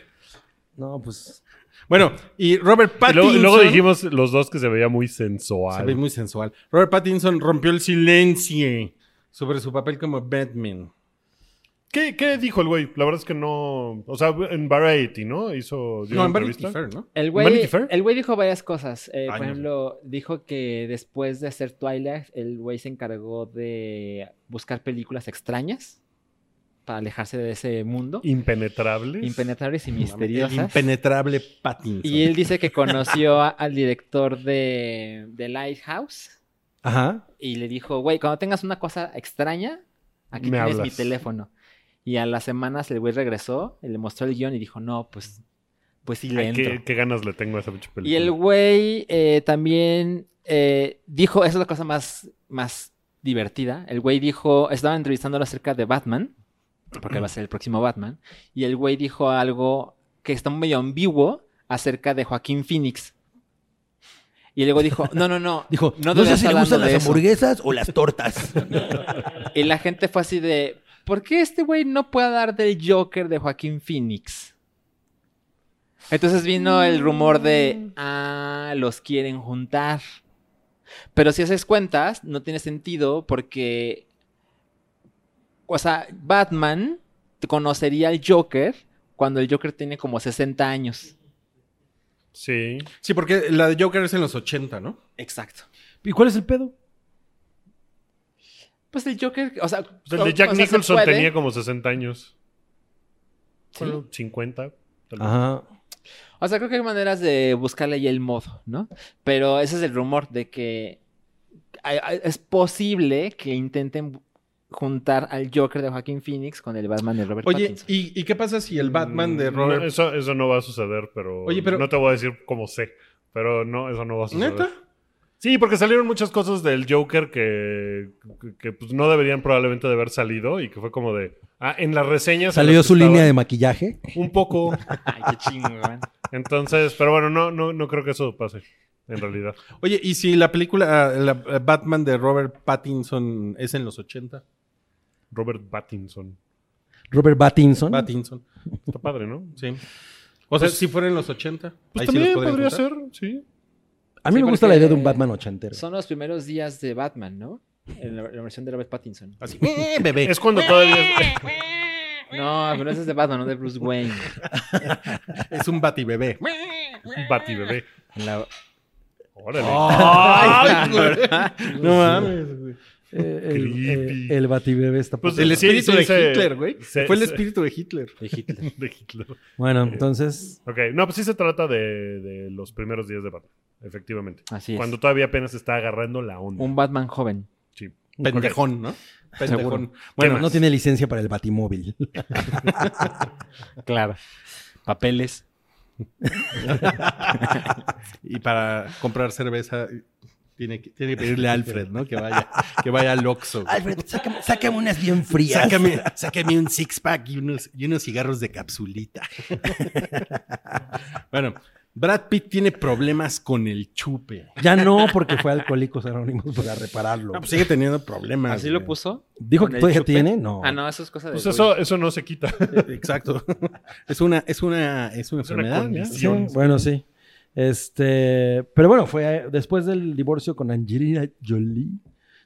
No, pues.
Bueno, y Robert
Y luego,
Pattinson...
y luego dijimos los dos que se veía muy sensual.
Se ve muy sensual. Robert Pattinson rompió el silencio sobre su papel como Batman.
¿Qué, qué dijo el güey? La verdad es que no. O sea, en Variety, ¿no? Hizo. dio
No,
una
en Vanity
entrevista.
Fair, ¿no?
El
Vanity
güey,
Fair.
el güey dijo varias cosas. Eh,
Ay,
por
no sé.
ejemplo, dijo que después de hacer Twilight, el güey se encargó de buscar películas extrañas para alejarse de ese mundo,
Impenetrables.
impenetrables y
El
misteriosas.
impenetrable Pattinson.
Y él dice que conoció a- al director de, de Lighthouse
Ajá.
y le dijo, güey, cuando tengas una cosa extraña, aquí
Me
tienes mi
hablas".
teléfono. Y a las semanas el güey regresó, y le mostró el guión y dijo, no, pues, pues sí le
Ay,
entro".
¿qué, qué ganas le tengo a esa pinche
Y
película.
el güey eh, también eh, dijo, esa es la cosa más, más divertida, el güey dijo, estaba entrevistándolo acerca de Batman, porque va a ser el próximo Batman, y el güey dijo algo que está medio ambiguo acerca de Joaquín Phoenix. Y luego dijo, no,
(laughs)
no, no.
Dijo, no,
te
sé
estás
si le
hablando
gustan
de
las
eso".
hamburguesas o las tortas.
Y la gente fue así de, ¿por qué este güey no puede dar del Joker de Joaquín Phoenix? Entonces vino el rumor de, ah, los quieren juntar. Pero si haces cuentas, no tiene sentido porque, o sea, Batman conocería al Joker cuando el Joker tiene como 60 años.
Sí.
Sí, porque la de Joker es en los 80, ¿no?
Exacto.
¿Y cuál es el pedo?
Pues el Joker, o sea...
O sea, Pues el de
o-
Jack
o sea, se
Nicholson
puede.
tenía como 60 años.
Sí.
Bueno, 50. tal vez.
Ajá.
O sea, creo que hay maneras de buscarle ahí el modo, ¿no? Pero ese es el rumor de que hay- hay- es posible que intenten bu- juntar al Joker de Joaquín Phoenix con el Batman de Robert
Oye,
Eh,
(laughs)
Pattinson.
¿y, y qué pasa si el Batman de
Mm,
Robert...
no, eso, eso no va a suceder, pero,
Oye, pero-
No te voy a decir cómo sé. Pero no, eso no va a suceder.
¿Neta?
Sí, porque salieron muchas cosas del Joker que, que, que, pues, no deberían probablemente de haber salido y que fue como de... Ah, en las reseñas... en
Salió
las que
su línea de
estaban,
maquillaje.
Un poco.
Ay, qué chingón.
Entonces, pero bueno, no, no, no creo que eso pase, en realidad.
Oye, ¿y si la película, ah, la- eh, Batman de Robert Pattinson es en los 80?
Robert Pattinson.
Robert Pattinson.
Pattinson,
Está padre, ¿no?
sí. O sea, si fuera en los 80.
Pues
ahí sí
también
los podrían
podría
juntar.
ser, sí.
A mí
Sí,
me gusta la
porque-
idea de un Batman ochentero.
Son los primeros días de Batman, ¿no? En la, la versión de Robert Pattinson.
Así, ¡eh, bebé!
Es cuando todavía...
(laughs) No, pero ese es de Batman, no de Bruce Wayne.
Es un batibebé.
Bati bebé.
En la-
Órale.
¡Ay, güey! No mames, güey.
Eh, (laughs) el,
Creepy.
eh, el batibebé está
Pues
poca
El
Sí,
espíritu
sí,
de
se-
Hitler, güey.
se-
Fue el
se-
espíritu de Hitler.
de Hitler.
De Hitler.
Bueno, entonces.
Ok, no, pues sí se trata de, de los primeros días de Batman, efectivamente.
Así es.
Cuando todavía apenas está agarrando la onda.
Un Batman joven.
Sí.
Pendejón, ¿no? Pendejón.
Bueno,
Bueno,
no tiene licencia para el batimóvil.
Claro. Papeles.
y para comprar cerveza tiene que, tiene que pedirle a Alfred, ¿no? Que vaya, que vaya al
(laughs)
Oxxo. güey.
Alfred, sácame, sácame unas bien frías.
Sácame, sácame un six pack y unos, y unos cigarros de
(laughs)
capsulita. bueno, Brad Pitt tiene problemas con el chupe.
Ya no, porque fue a Alcohólicos Anónimos para repararlo.
No, pues sigue teniendo problemas.
¿Así lo
güey.
puso?
¿Dijo
¿Con
que
el
todavía
chupe?
tiene? No.
Ah, no, eso es cosa de.
Pues eso, eso no se quita.
Exacto. Es una, es una, es una
Es una
enfermedad. ¿no?
Sí,
condición.
bueno, sí. Este, pero bueno, fue eh, después del divorcio con Angelina Jolie,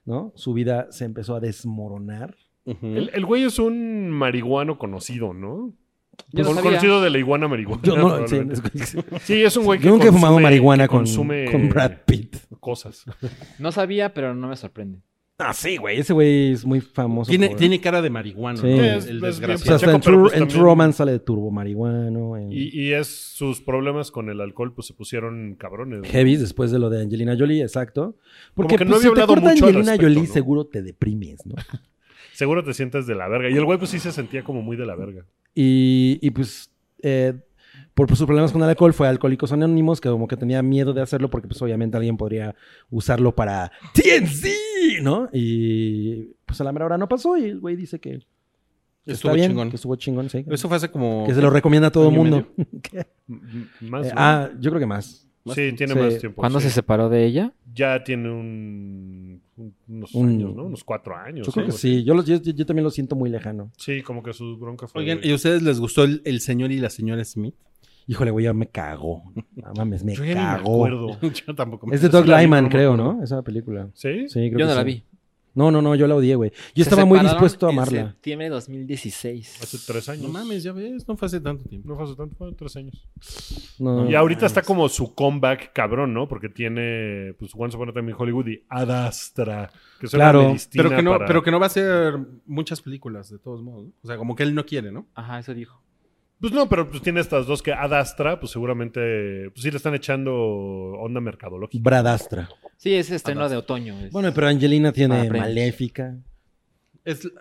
¿no? Su vida se empezó a desmoronar.
Ujú.
El, el güey es un marihuano conocido, ¿no?
Yo no
Con-
sabía.
conocido de la iguana marihuana.
Yo no, sí,
probablemente.
es-
Sí, es un güey que
Yo nunca he fumado
consume-
marihuana
que
con,
consume
con Brad Pitt.
cosas.
No sabía, pero no me sorprende.
Ah, sí, güey. Ese güey es muy famoso.
Tiene,
por-
tiene cara de marihuana.
Sí.
¿no?
Es- es
El
bien
o sea,
desgraciado.
hasta en
Pacheco, pero
True,
pues
en
también-
True Romance sale de turbo marihuano. en-
Y, y es sus problemas con el alcohol, pues se pusieron cabrones. güey.
heavies después de lo de Angelina Jolie, exacto. Porque
que no
pues,
había
si te
hablado
corta
mucho al
Angelina
respecto,
Jolie,
¿no?
seguro te deprimes, ¿no?
Seguro te sientes de la verga. Y el güey, pues sí se sentía como muy de la verga.
Y, y, pues, eh, por sus problemas con el alcohol, fue a Alcohólicos Anónimos, que como que tenía miedo de hacerlo porque, pues, obviamente alguien podría usarlo para TNC, ¿no? Y pues a la mera hora no pasó y el güey dice que, que
Estuvo
está bien,
chingón.
que estuvo chingón, sí.
Eso fue hace como.
que se lo recomienda a todo el
año y
mundo.
M- m- Más.
Eh,
güey.
ah, yo creo que más.
sí, tiene
sí.
más tiempo.
¿Cuándo
sí.
se separó de ella?
Ya tiene un, un- unos
Un-
años, ¿no? Unos cuatro años.
Yo creo
algo
que
así.
sí. Yo, los- yo, yo también lo siento muy lejano.
Sí, como que su bronca fue.
Oigan,
de-
¿y a ustedes les gustó el, el señor y la señora Smith?
Híjole, güey, ya me cagó. No mames, me
Yo ya ni me
cagó. (laughs)
acuerdo.
(laughs) Yo tampoco me
Es de
Esa
Doug
sí la vi,
Lyman,
no me
creo,
acuerdo.
¿no? Esa película.
¿Sí?
Sí, creo
Yo
que
no la
sí.
vi.
No, no, no, yo la odié, güey. Yo
Se
estaba muy
separaron
dispuesto a
en
amarla.
septiembre de 2016.
Hace tres años.
No mames, ya ves, no fue hace tanto tiempo.
No fue hace tanto, fue hace tres años.
No.
Y ahorita está como su comeback cabrón, ¿no? Porque tiene, pues, Once Upon a Time in Hollywood y Adastra. Que es una
Claro.
medicina
Pero que, no,
para-
pero que no va a ser muchas películas, de todos modos. ¿no? O sea, como que él no quiere, ¿no?
Ajá, eso dijo.
Pues no, pero pues tiene estas dos que Adastra, pues seguramente, pues sí le están echando onda mercadológica.
Bradastra.
Sí, es estreno de otoño. es-
Bueno, pero Angelina tiene
Pues, Ah, premios.
Maléfica.
Es,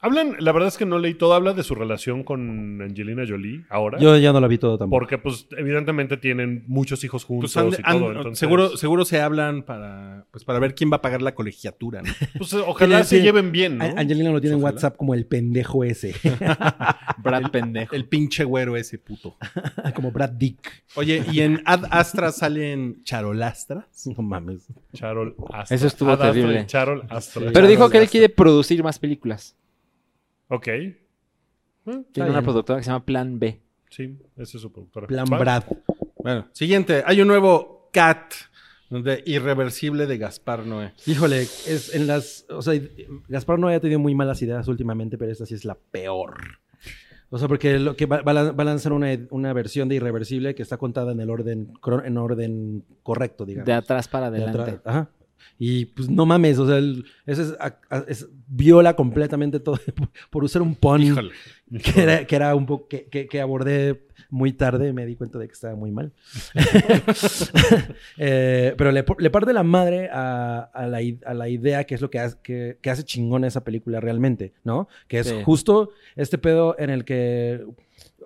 Hablan, la verdad es que no leí todo, habla de su relación con Angelina Jolie ahora.
Yo ya no la vi todo tampoco.
Porque, pues, evidentemente tienen muchos hijos juntos
pues, han-
y
han-
todo. entonces,
seguro, seguro se hablan para, pues, para ver quién va a pagar la colegiatura. ¿no?
(laughs) Pues, ojalá
Tiene-
se
tiene-
lleven bien, ¿no?
A- Angelina lo tiene en
Ojalá.
WhatsApp como el pendejo ese. (laughs)
Brad pendejo.
El pinche güero ese puto.
como Brad Dick.
Oye, ¿y en Ad Astra salen charolastras?
No mames.
Charol Astra.
Eso estuvo
Adastra y
terrible.
Charol Astra.
Pero dijo que él
Astra.
quiere producir más películas.
Ok.
Tiene
Está
una
bien.
productora que se llama Plan B.
Sí, ese es su productora.
Plan
Va.
Brad.
Bueno, siguiente. Hay un nuevo Cat de Irreversible de Gaspar Noé.
Híjole, es en las. O sea, Gaspar no había tenido muy malas ideas últimamente, pero esta sí es la peor. O sea, porque lo que va, va a lan- va a lanzar una, una versión de Irreversible que está contada en el orden, cro- en orden correcto, digamos.
De atrás para
de
adelante.
atrás, ajá. Y pues no mames, o sea, el- ese es, a- a- es- viola completamente todo (laughs) por usar un pony
Híjole.
(laughs)
que era, que era un poco que, que- que abordé muy tarde, me di cuenta de que estaba muy
(laughs)
mal. (laughs) Eh, pero le, po- le parte la madre a, a la, i- a la idea que es lo que, hace- que, que hace chingona esa película realmente, ¿no? Que es
Sí.
justo este pedo en el que...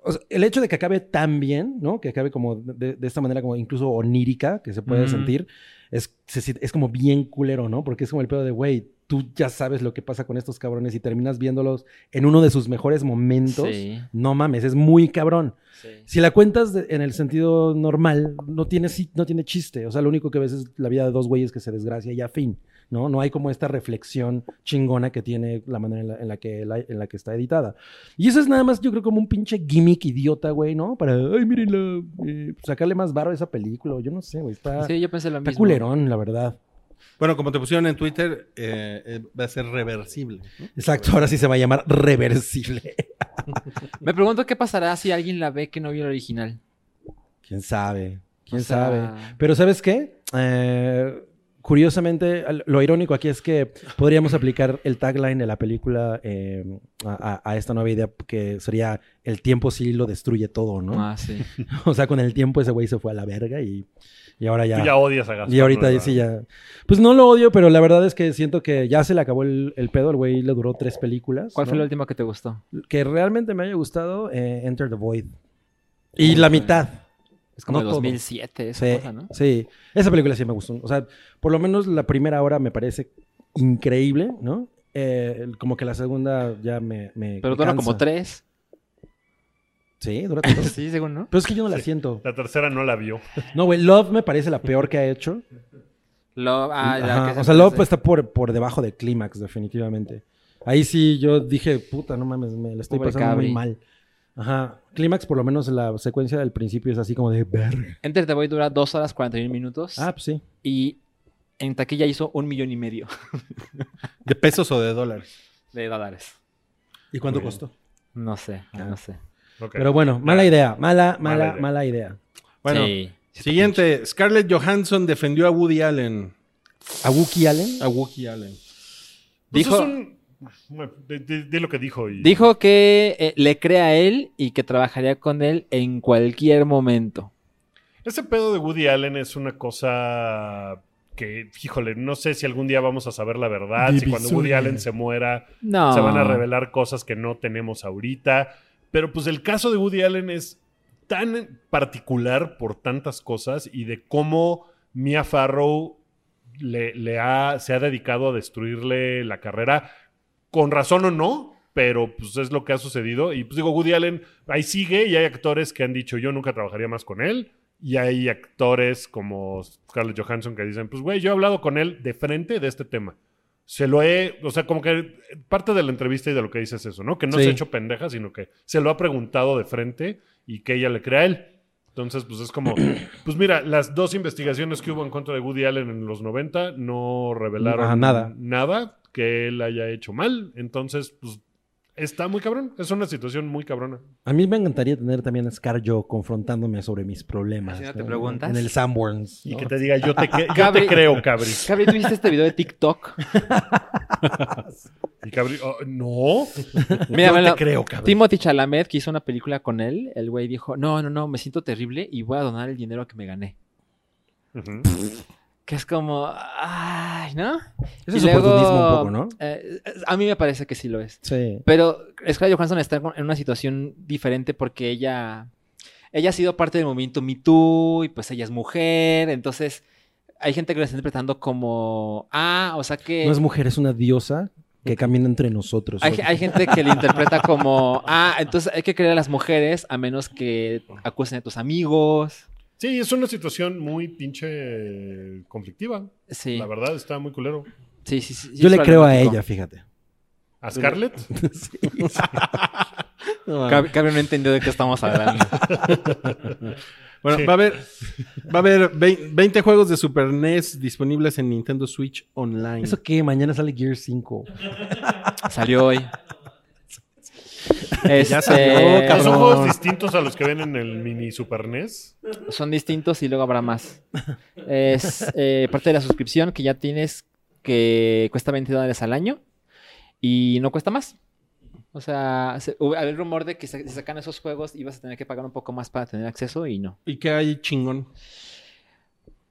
o sea, el hecho de que acabe tan bien, ¿no? Que acabe como de, de esta manera como incluso onírica, que se puede
Ujú.
sentir, es, se siente- es como bien culero, ¿no? Porque es como el pedo de, güey, tú ya sabes lo que pasa con estos cabrones y terminas viéndolos en uno de sus mejores momentos.
Sí,
No mames, es muy cabrón.
sí.
Si la cuentas de- en el sentido normal, no tiene, si- no tiene chiste. O sea, lo único que ves es la vida de dos güeyes que se desgracia y ya fin. ¿no? no hay como esta reflexión chingona que tiene la manera en la, en la que, la- en la que está editada. Y eso es nada más, yo creo, como un pinche gimmick idiota, güey, ¿no? Para, ay, mírenla, eh, sacarle más varo a esa película. o Yo no sé, güey. Está,
Sí, yo pensé lo
está
mismo.
culerón, la verdad.
Bueno, como te pusieron en Twitter, eh, eh, va a ser reversible. ¿no?
Exacto, ahora sí se va a llamar reversible.
Me pregunto qué pasará si alguien la ve que no vio el original.
¿Quién sabe? ¿Quién
O sea,
sabe? Pero ¿sabes qué? Eh, curiosamente, al- lo irónico aquí es que podríamos aplicar el tagline de la película eh, a, a- a esta nueva idea que sería el tiempo sí lo destruye todo, ¿no?
Ah, sí.
(laughs) O sea, con el tiempo ese güey se fue a la verga y, y ahora
Tú ya odias a Gaspar.
Y ahorita
Noé,
sí ya. Pues no lo odio, pero la verdad es que siento que ya se le acabó el, el pedo. El güey le duró tres películas.
¿Cuál
¿no?
fue la última que te gustó?
Que realmente me haya gustado eh, Enter the Void. Y la mitad.
Es como
No
el
todo.
2007, esa
Sí,
cosa, ¿no?
sí. Esa película sí me gustó. O sea, por lo menos la primera hora me parece increíble, ¿no? Eh, el- como que la segunda ya me. me me
Pero dura
cansa.
como tres.
Sí, dura tanto.
(laughs) Sí, según, ¿no?
Pero es que yo no la
Sí.
siento.
La tercera no la vio.
No, güey, Love me parece la peor que ha hecho.
Love, ah, ya,
Ajá,
que se
O sea, pues, Love
parece.
está por, por debajo de Clímax, definitivamente. Ahí sí yo dije, puta, no mames, me la estoy
Pobre
pasando muy
Cabri.
mal. Ajá. Clímax, por lo menos la secuencia del principio es así como de verga.
Enter the Void dura 2 horas 41 minutos.
Ah, pues sí.
Y en taquilla hizo un millón y medio
¿De pesos o de dólares?
de dólares.
¿Y cuánto
Muy bien.
costó?
No sé,
Ah.
no sé.
Ok.
Pero bueno, mala idea. Mala,
Mala
mala,
idea.
mala idea.
Bueno,
Sí.
siguiente. Scarlett Johansson defendió a Woody Allen.
¿A Wookie Allen?
A Woody Allen.
Pues
Dijo-
es un- bueno, di- di- di lo que dijo. Y...
Dijo que eh, le crea a él y que trabajaría con él en cualquier momento.
Ese pedo de Woody Allen es una cosa que, híjole, no sé si algún día vamos a saber la verdad, si cuando Woody
Divisoria.
Allen se muera
No.
se van a revelar cosas que no tenemos ahorita. Pero pues el caso de Woody Allen es tan particular por tantas cosas y de cómo Mia Farrow le, le ha, se ha dedicado a destruirle la carrera, con razón o no, pero pues es lo que ha sucedido. Y pues digo, Woody Allen ahí sigue y hay actores que han dicho yo nunca trabajaría más con él. Y hay actores como Scarlett Johansson que dicen, pues güey, yo he hablado con él de frente de este tema. Se lo he, o sea, como que parte de la entrevista y de lo que dice es eso, ¿no? Que no
Sí.
se ha hecho pendeja, sino que se lo ha preguntado de frente y que ella le crea a él. Entonces, pues es
(clears throat)
como, pues mira, las dos investigaciones que hubo en contra de Woody Allen en los 90 no revelaron
Ajá, nada.
nada que él haya hecho mal. Entonces, pues está muy cabrón. Es una situación muy cabrona.
A mí me encantaría tener también a Scar yo confrontándome sobre mis problemas.
Así no te
¿no?
preguntas.
En el Sanborns.
Y
¿no?
que te diga, yo
(laughs)
te, cre- yo
Cabri-
te creo, Cabri.
Gabriel, ¿tú viste este video de TikTok?
Y Cabri, "Oh, no.
Mira, bueno,
creo, cabrón.
Timothy Chalamet, que hizo una película con él, el güey dijo, no, no, no, me siento terrible y voy a donar el dinero que me gané.
Ujú.
Que es como, ay, ¿no?
Eso
Y
es
luego,
oportunismo un poco, ¿no?
eh, a mí me parece que sí lo es.
Sí.
Pero Scarlett Johansson está en una situación diferente porque ella, ella ha sido parte del movimiento Me Too y pues ella es mujer, entonces hay gente que la está interpretando como, ah, o sea que...
No es mujer, es una diosa que camina entre nosotros.
hay, hay gente
(laughs)
que le interpreta como, ah, entonces hay que creer a las mujeres a menos que acusen a tus amigos.
Sí, es una situación muy pinche conflictiva.
Sí,
La verdad, está muy culero.
sí, sí, sí, sí,
Yo
es
le creo a
problemático.
ella, fíjate.
¿A Scarlett?
Cab- Cabrio no entendió de qué estamos hablando.
Bueno,
Sí.
va a haber, va a haber vein- 20 juegos de Super NES disponibles en Nintendo Switch Online.
¿Eso qué? Mañana sale Gear 5.
Salió hoy. Este,
salió,
¿No
cabrón.
son juegos distintos a los que ven en el mini Super E NES?
Son distintos y luego habrá más. Es eh, parte de la suscripción que ya tienes que cuesta 20 dólares al año y no cuesta más. O sea, se- hubo- había el rumor de que sa- si sacan esos juegos ibas a tener que pagar un poco más para tener acceso y no.
¿Y qué hay chingón?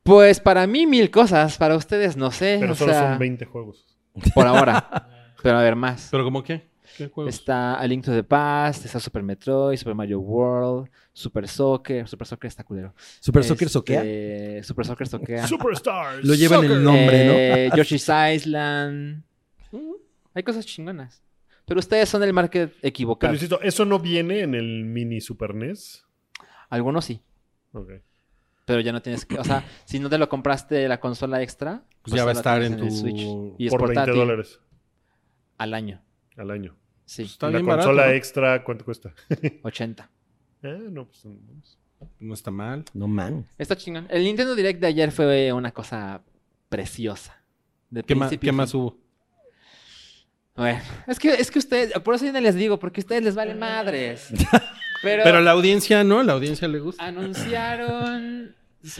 Pues para mí mil cosas, para ustedes no sé.
Pero
o
solo
sea,
son 20 juegos.
por ahora. Pero a ver más.
¿Pero como qué? ¿Qué juegos?
Está A Link to the Past, está Super Metroid, Super Mario World, Super Soccer. Super Soccer está culero.
¿Super Soccer Soquea?
Soquea? Super Soccer Soquea.
Superstars.
Lo llevan en el nombre,
Eh, Yoshi's Island. Mm, Hay cosas chingonas. Pero ustedes son el market
Pero
equivocado.
insisto, ¿eso no viene en el mini Super NES?
Algunos sí.
Ok.
Pero ya no tienes que. O sea, si no te lo compraste la consola extra.
Pues ya va a
solo
estar
tienes
en
el
tu-
Switch. Y es
Por 20
portátil
dólares
al año.
al año.
Sí,
Está
¿Y la
bien barato,
consola
¿no?
extra cuánto cuesta?
80.
Eh, no, pues, no sé.
No está mal.
No man.
Está chingón. El Nintendo Direct de ayer fue una cosa preciosa. De
¿Qué, ma-
principio
qué
a
más
fin.
hubo?
Bueno, es que, es que ustedes. Por eso yo no les digo, porque a ustedes les valen
(laughs)
madres. Pero.
Pero la audiencia no, la audiencia le gusta.
anunciaron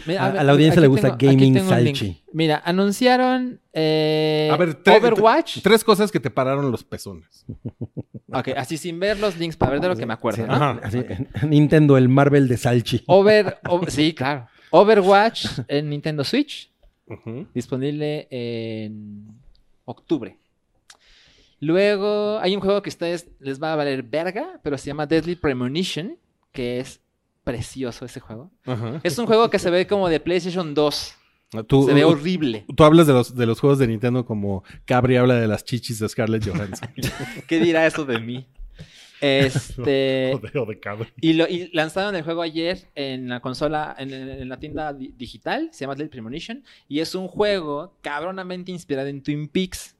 Mira,
A-
ver,
a la audiencia
aquí
le gusta
tengo- aquí
Gaming
tengo un link.
Salchi.
Mira, anunciaron eh,
A ver, tre-
Overwatch.
Tres cosas que te pararon los pezones.
Ok, así sin ver los links para ver de lo que me acuerdo.
Sí,
¿no?
Ajá.
así, Nintendo, el Marvel de Salchi.
Oh, Over, o- sí, claro. Overwatch en Nintendo Switch,
Ujú.
disponible en octubre. Luego hay un juego que a ustedes les va a valer verga, pero se llama Deadly Premonition, que es precioso ese juego.
Ajá. Ah,
Es un juego que se ve como de PlayStation 2.
Uh,
Tú, uh,
Se ve horrible.
tú hablas de los, de los juegos de Nintendo como Cabri habla de las chichis de
(laughs)
Scarlett Johansson.
¿Qué dirá eso de mí?
(laughs)
(laughs)
Este.
Joder, de cabrón.
Y, lo, y lanzaron el juego ayer en la consola, en, en- en la tienda di- digital, se llama Deadly Premonition, y es un juego cabronamente inspirado en Twin Peaks,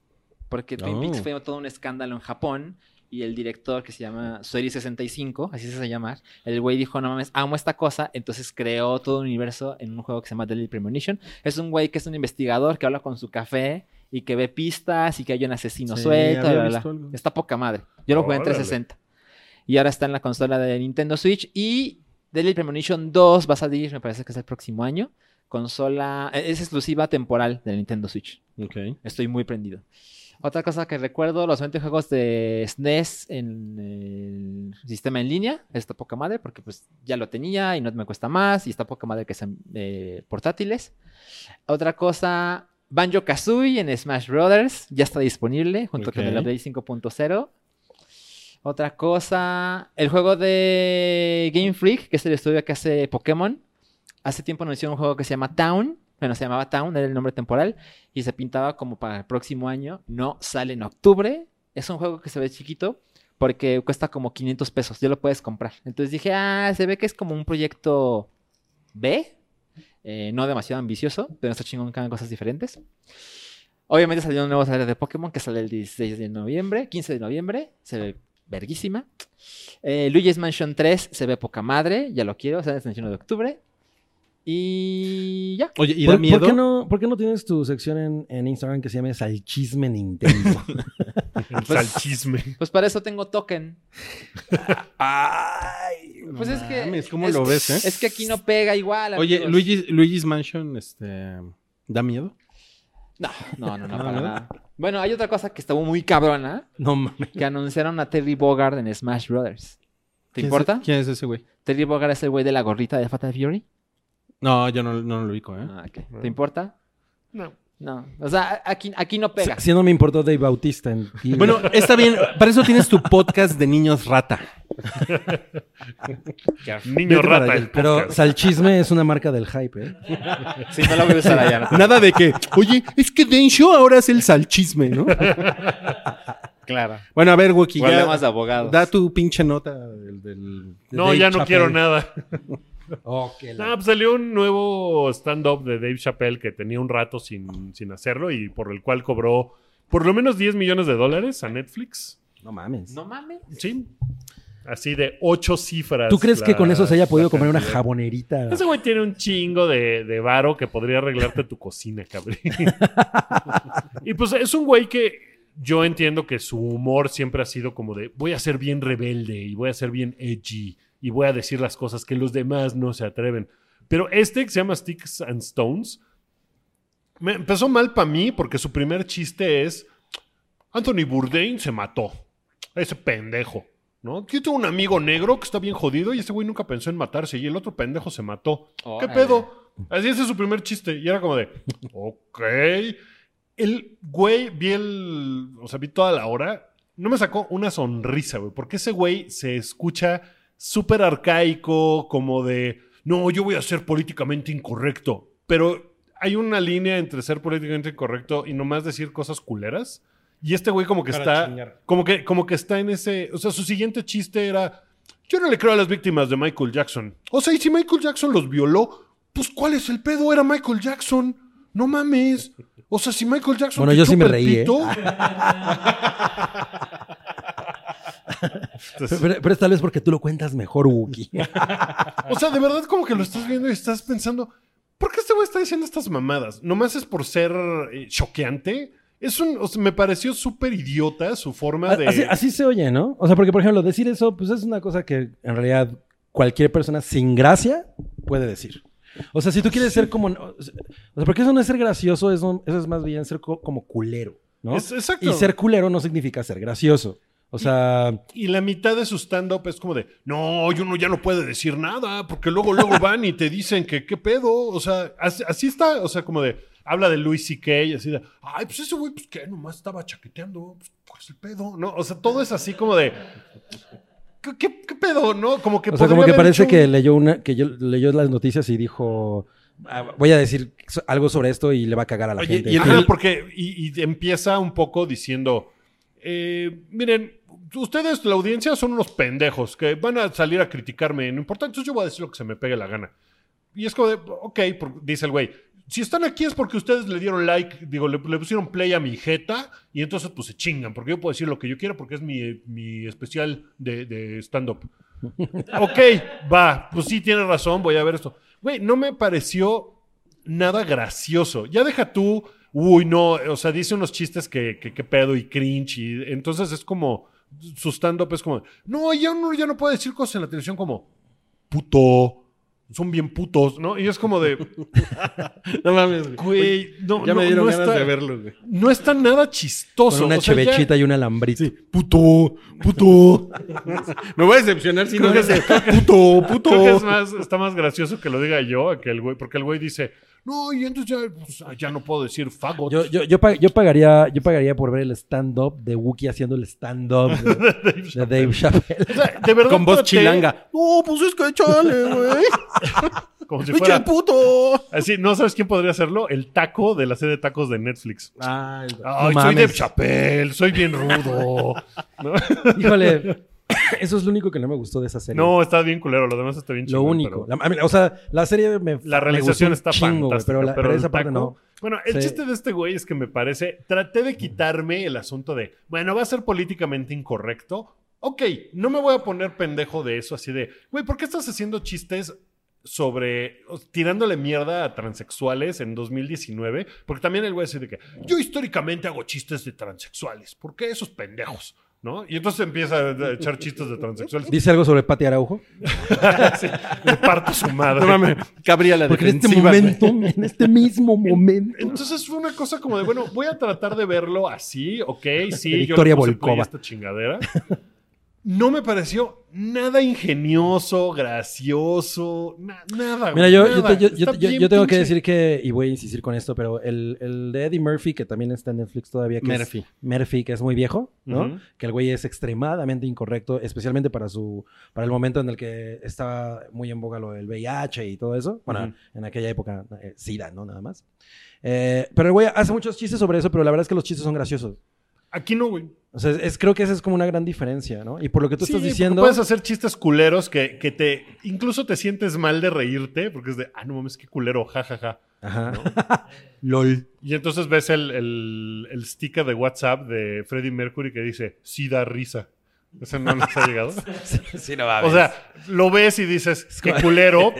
porque Twin
Oh.
Peaks fue todo un escándalo en Japón, y el director que se llama Sueri65, así se hace llamar, el güey dijo, no mames, amo esta cosa, entonces creó todo un universo en un juego que se llama Deadly Premonition. Es un güey que es un investigador que habla con su café y que ve pistas y que hay un asesino
Sí,
suelto,
había
bla, bla,
visto
bla.
algo.
Está poca madre. Yo lo jugué en
Órale.
360. Y ahora está en la consola de Nintendo Switch. Y Deadly Premonition 2 va a salir, me parece que es el próximo año. Consola. eh, Es exclusiva temporal de Nintendo Switch.
ok.
Estoy muy prendido. Otra cosa que recuerdo, los 20 juegos de SNES en el sistema en línea. Está poca madre porque pues ya lo tenía y no me cuesta más. Y está poca madre que sean eh, portátiles. Otra cosa, Banjo Kazooie en Smash Brothers. Ya está disponible junto con el
Ok.
update 5.0. Otra cosa, el juego de Game Freak, que es el estudio que hace Pokémon. Hace tiempo anunció un juego que se llama Town. Bueno, se llamaba Town, era el nombre temporal. Y se pintaba como para el próximo año. No sale en octubre. Es un juego que se ve chiquito porque cuesta como 500 pesos. Ya lo puedes comprar. Entonces dije, ah, se ve que es como un proyecto B. eh, no demasiado ambicioso, pero está chingón que hagan cosas diferentes. Obviamente salió un nuevo trailer de Pokémon que sale el 16 de noviembre, 15 de noviembre. Se ve verguísima. Eh, Luigi's Mansion 3 se ve poca madre, ya lo quiero, sale el 31 de octubre. Y ya.
Oye, ¿y da
¿Por, por
miedo?
qué no, por qué no tienes tu sección en, en Instagram que se llame Salchisme Nintendo?
El
Pues- (laughs)
salchisme.
Pues para eso tengo token.
Ay, no
Pues es que.
mames, ¿Cómo
es
lo
que-
ves, eh?
Es que aquí no pega igual.
Oye,
amigos.
Luigi's, Luigi's Mansion, este. ¿Da miedo?
No, no, no, no,
No,
para
¿verdad?
nada. Bueno, hay otra cosa que estuvo muy cabrona
no mames.
que anunciaron a Terry Bogard en Smash Brothers. ¿Te
¿Quién es-
importa?
¿Quién es ese güey?
Terry Bogard es el güey de la gorrita de Fatal Fury.
No, yo no, no lo ubico, ¿eh?
Ah, ok. ¿Te importa?
No.
No. O sea, aquí, aquí no pega.
Si, si no me importó Dave Bautista. en ti.
Bueno, está bien. Para eso tienes tu podcast de niños rata.
Niño
Vete para
rata.
allá.
el
pero
podcast.
Salchisme es una marca del hype, ¿eh?
Sí, (laughs) no lo voy a usar allá.
Nada de que, oye, es que Densho ahora es el salchisme, ¿no?
Claro.
Bueno, a ver, Wookie, ya
Problemas de abogados.
da tu pinche nota del... del-
No,
Dave
ya no
Chappelle.
quiero
(laughs)
nada.
Oh, qué la-
Ah, pues salió un nuevo stand-up de Dave Chappelle que tenía un rato sin, sin hacerlo y por el cual cobró por lo menos 10 millones de dólares a Netflix.
No mames.
No mames.
Sí. Así de ocho cifras.
¿Tú crees que
la-
con eso se haya podido
la
comer una
cantidad.
jabonerita?
Ese güey tiene un chingo de, de varo que podría arreglarte tu cocina, cabrón. y pues es un güey que yo entiendo que su humor siempre ha sido como de voy a ser bien rebelde y voy a ser bien edgy y voy a decir las cosas que los demás no se atreven. Pero este que se llama Sticks and Stones me empezó mal para mí porque su primer chiste es Anthony Bourdain se mató. Ese pendejo. ¿No? Yo tengo un amigo negro que está bien jodido y ese güey nunca pensó en matarse y el otro pendejo se mató. ¿Qué
Órale.
pedo? Así ese es su primer chiste. Y era como de, ok. El güey, vi el, o sea, vi toda la hora. No me sacó una sonrisa, güey, porque ese güey se escucha súper arcaico, como de, no, yo voy a ser políticamente incorrecto. Pero hay una línea entre ser políticamente incorrecto y nomás decir cosas culeras. Y este güey como que
Para
está...
chingar.
Como que, como que está en ese. O sea, su siguiente chiste era: Yo no le creo a las víctimas de Michael Jackson. O sea, y si Michael Jackson los violó, pues ¿cuál es el pedo? Era Michael Jackson. No mames. O sea, si Michael Jackson.
Bueno,
te
yo sí
chupa
me
el
reí, ¿eh? (laughs)
pito-
Pero, pero- pero es tal vez porque tú lo cuentas mejor, Wookie.
O sea, de verdad, como que lo estás viendo y estás pensando, ¿por qué este güey está diciendo estas mamadas? Nomás es por ser eh, choqueante. Es un, o sea, me pareció súper idiota su forma de.
Ah, Así, así se oye, ¿no? O sea, porque, por ejemplo, decir eso, pues es una cosa que en realidad cualquier persona sin gracia puede decir. O sea, si tú quieres ser como. O sea, porque eso no es ser gracioso, eso, eso es más bien ser co- como culero, ¿no?
Es- exacto.
y ser culero no significa ser gracioso. O sea,
Y la mitad de su stand-up es como de, no, y uno ya no puede decir nada, porque luego, luego van y te dicen que qué pedo. O sea, así, así está, o sea, como de, habla de Luis C.K. y así de, ay, pues ese güey, pues que nomás estaba chaqueteando, pues, ¿cuál es el pedo? ¿No? O sea, todo es así como de, ¿qué, qué- qué pedo? ¿No? Como que
o sea
podría
como que
haber
parece
hecho
que leyó una, que yo leyó las noticias y dijo. "Ah, Voy a decir so- algo sobre esto y le va a cagar a la
Oye,
gente.
y el-
Ajá.
Ajá, porque y, y empieza un poco diciendo, eh, miren, ustedes, la audiencia, son unos pendejos que van a salir a criticarme, no importa, entonces yo voy a decir lo que se me pegue la gana. Y es como de, ok, por- dice el güey, si están aquí es porque ustedes le dieron like, digo, le, le pusieron play a mi jeta y entonces pues se chingan, porque yo puedo decir lo que yo quiera porque es mi, mi especial de, de stand-up.
(laughs)
ok, va, pues sí tienes razón, voy a ver esto. Güey, no me pareció nada gracioso. Ya deja tú, uy, no, o sea, dice unos chistes que, que, que pedo y cringe y entonces es como, su stand-up es como, no, ya uno ya no puede decir cosas en la televisión como, puto. Son bien putos, ¿no? Y es como (laughs) de,
No mames, güey.
Güey, no,
ya
no,
me dieron
no
ganas
está,
de verlo, güey.
No está nada chistoso.
Con una
o sea, ya-
chevechita y un alambrito.
Puto,
(laughs)
puto. me voy a decepcionar si no
Creo que-
es puto, puto.
Creo que es más, está más gracioso que lo diga yo a que el güey, porque el güey dice, no, y entonces ya, pues, ya no puedo decir fagot.
Yo, yo, yo, pa- yo pagaría, yo pagaría por ver el stand-up de Wookiee haciendo el stand-up
(laughs)
de, de Dave Chappelle.
O sea, de verdad.
Con voz
traté-
chilanga. No, pues es que chale, (laughs) güey.
Como si
Pinche
fuera.
puto.
Así, no sabes quién podría hacerlo. El taco de la sede de tacos de Netflix.
Ay,
Ay, soy
mames.
de Chapel, soy bien
(laughs)
rudo. ¿No?
Híjole, (coughs) eso es lo único que no me gustó de esa serie.
No, está bien culero, lo demás está bien
lo
chingón,
único.
pero-
La- a mí, o sea, la serie me.
La
me
realización
gustó
está
un chingo, güey,
fantástica,
Pero, la- pero
el
esa parte
taco-
no.
Bueno, el
Sí.
chiste de este güey es que me parece, traté de quitarme el asunto de, bueno, va a ser políticamente incorrecto. Ok, no me voy a poner pendejo de eso, así de, güey, ¿por qué estás haciendo chistes sobre o- tirándole mierda a transexuales en 2019? Porque también el güey dice de que yo históricamente hago chistes de transexuales, ¿por qué esos pendejos? ¿No? Y entonces empieza a echar chistes de
(laughs)
transexuales. (laughs)
Dice algo sobre Pati Araujo.
Le parto su madre.
No mames, cabría la
Porque en este
defensiva, güey.
momento, en este mismo momento.
(laughs) Entonces fue una cosa como de, bueno, voy a tratar de verlo así, ok, sí,
Victoria
yo le puse
Volkova.
play a esta chingadera. No me pareció nada ingenioso, gracioso, na- nada.
Mira,
güey,
yo, yo,
nada.
te- yo-
Está
yo- yo-
bien
yo tengo que
pinche.
decir que, y voy a insistir con esto, pero el, el de Eddie Murphy, que también está en Netflix todavía, que
Murphy.
es Murphy, que es muy viejo, ¿no?
Ujú.
Que el güey es extremadamente incorrecto, especialmente para su, para el momento en el que estaba muy en boga lo del VIH y todo eso. Bueno,
Ujú.
en aquella época, eh, SIDA, ¿no? Nada más. Eh, pero el güey hace muchos chistes sobre eso, pero la verdad es que los chistes son graciosos.
Aquí no, güey.
O sea, es, es- creo que esa es como una gran diferencia, ¿no? Y por lo que tú
Sí,
estás
porque
diciendo...
Puedes hacer chistes culeros que, que te. Incluso te sientes mal de reírte, porque es de, ah, no mames, qué culero, jajaja.
Ajá. LOL.
Y entonces ves el, el, el sticker de WhatsApp de Freddie Mercury que dice, sí da risa. Ese no nos ha llegado.
Sí, no va
O sea, lo ves y dices, qué culero,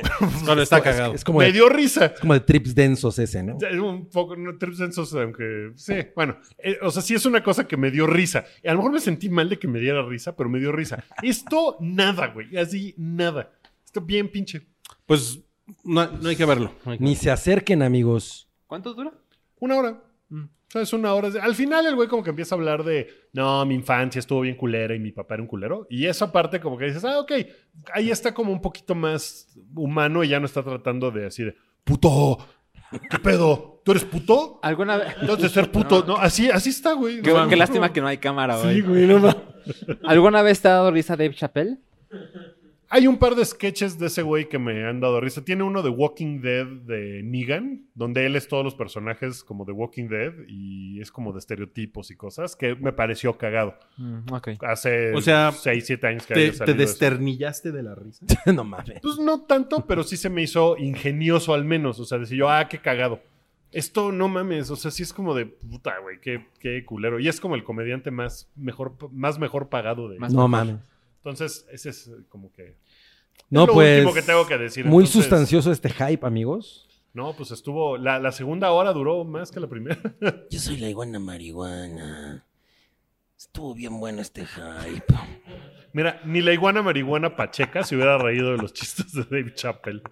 (laughs)
Solo está cagado.
Es como
me
de-
dio risa.
como de trips densos ese, ¿no?
Es Un poco, no, Trips Densos, aunque sí, bueno, eh, o sea, sí es una cosa que me dio risa. A lo mejor me sentí mal de que me diera risa, pero me dio risa. Esto nada, güey, así nada. Esto bien pinche.
Pues no, no hay que verlo. No hay que
Ni se acerquen, amigos. (laughs)
¿Cuánto dura?
Una hora.
Mm.
O sea, es una hora. Al final el güey como que empieza a hablar de, no, mi infancia estuvo bien culera y mi papá era un culero. Y esa parte como que dices, ah, ok, ahí está como un poquito más humano y ya no está tratando de así de, puto, ¿qué pedo? ¿Tú eres puto?
¿Alguna (laughs) vez?
Entonces ser puto, no, así, así está, güey.
Ah, Qué,
O sea,
qué lástima que no hay cámara, güey.
güey, no
(laughs)
¿Alguna vez te ha dado risa Dave Chappelle?
Hay un par de sketches de ese güey que me han dado risa. Tiene uno de Walking Dead de Negan, donde él es todos los personajes como de Walking Dead y es como de estereotipos y cosas que me pareció cagado.
Mm, ok.
Hace
O sea,
6, 7 años que
¿Te,
haya salido
te
eso.
desternillaste de la risa?
no mames.
Pues no tanto, pero sí se me hizo ingenioso al menos. O sea, decir yo, ah, qué cagado. Esto no mames, o sea, sí es como de puta, güey, qué, qué culero. Y es como el comediante más mejor, más mejor pagado de.
Más-
No mames.
Entonces, ese es eh, como que.
No,
lo
pues.
último que tengo que decir,
Muy
entonces-
sustancioso este hype, amigos.
No, pues estuvo. La, la segunda hora duró más que la primera. (laughs)
Yo soy la iguana marihuana. Estuvo bien bueno este hype.
Mira, ni la iguana marihuana Pacheca se hubiera reído de los chistes de Dave Chappelle.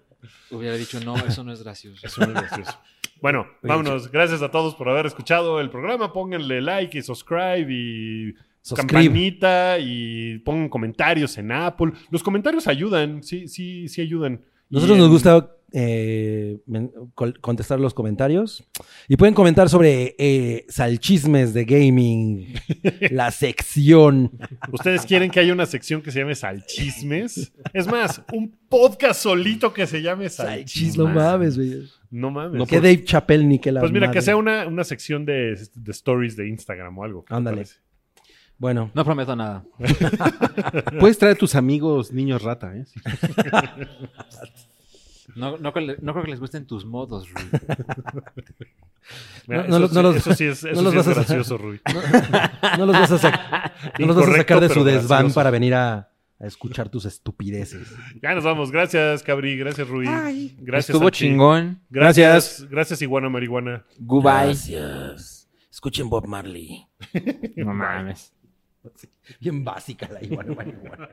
Hubiera dicho, no, eso no es gracioso.
Eso no es gracioso. Bueno, vámonos. Gracias a todos por haber escuchado el programa. Pónganle like y subscribe y
Suscribe.
campanita y pongan comentarios en Apple. Los comentarios ayudan, sí, sí, sí ayudan.
Nosotros
Y
nos
en-
gusta eh, men- col- contestar los comentarios. Y pueden comentar sobre eh, salchismes
(laughs)
de gaming, la sección.
Ustedes quieren que haya una sección que se llame Salchismes. Es más, un podcast solito que se llame Salchismes.
Salchis, no mames, güey.
No mames.
que Dave Chappelle ni que la
pues mira,
madre.
que sea una, una sección de, de stories de Instagram o algo. ¿qué te
Ándale.
parece?
Bueno,
No prometo nada.
Puedes traer a tus amigos niños rata, ¿eh? Sí.
No, no, cre- no creo que les gusten tus modos, Rui.
Mira,
No- no
eso sí-
los- no los-
eso sí es,
(laughs) no
eso
los
sí es
vas a-
gracioso, Rui.
no los vas a, sac-
(laughs)
no los vas a
Incorrecto,
sacar de su
pero
desván
gracioso.
para venir a, a escuchar tus estupideces.
Ya nos vamos. Gracias, Cabri. Gracias, Rui. Gracias.
Estuvo
Santi.
chingón.
Gracias. Gracias, Iguana Marihuana.
Goodbye.
Gracias. Escuchen Bob Marley.
No mames.
Bien básica la iguana, iguana, iguana.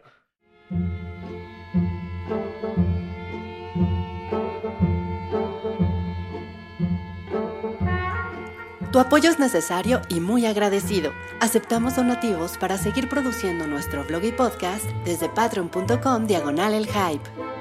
Tu apoyo es necesario y muy agradecido. Aceptamos donativos para seguir produciendo nuestro blog y podcast desde patreon.com diagonal el hype.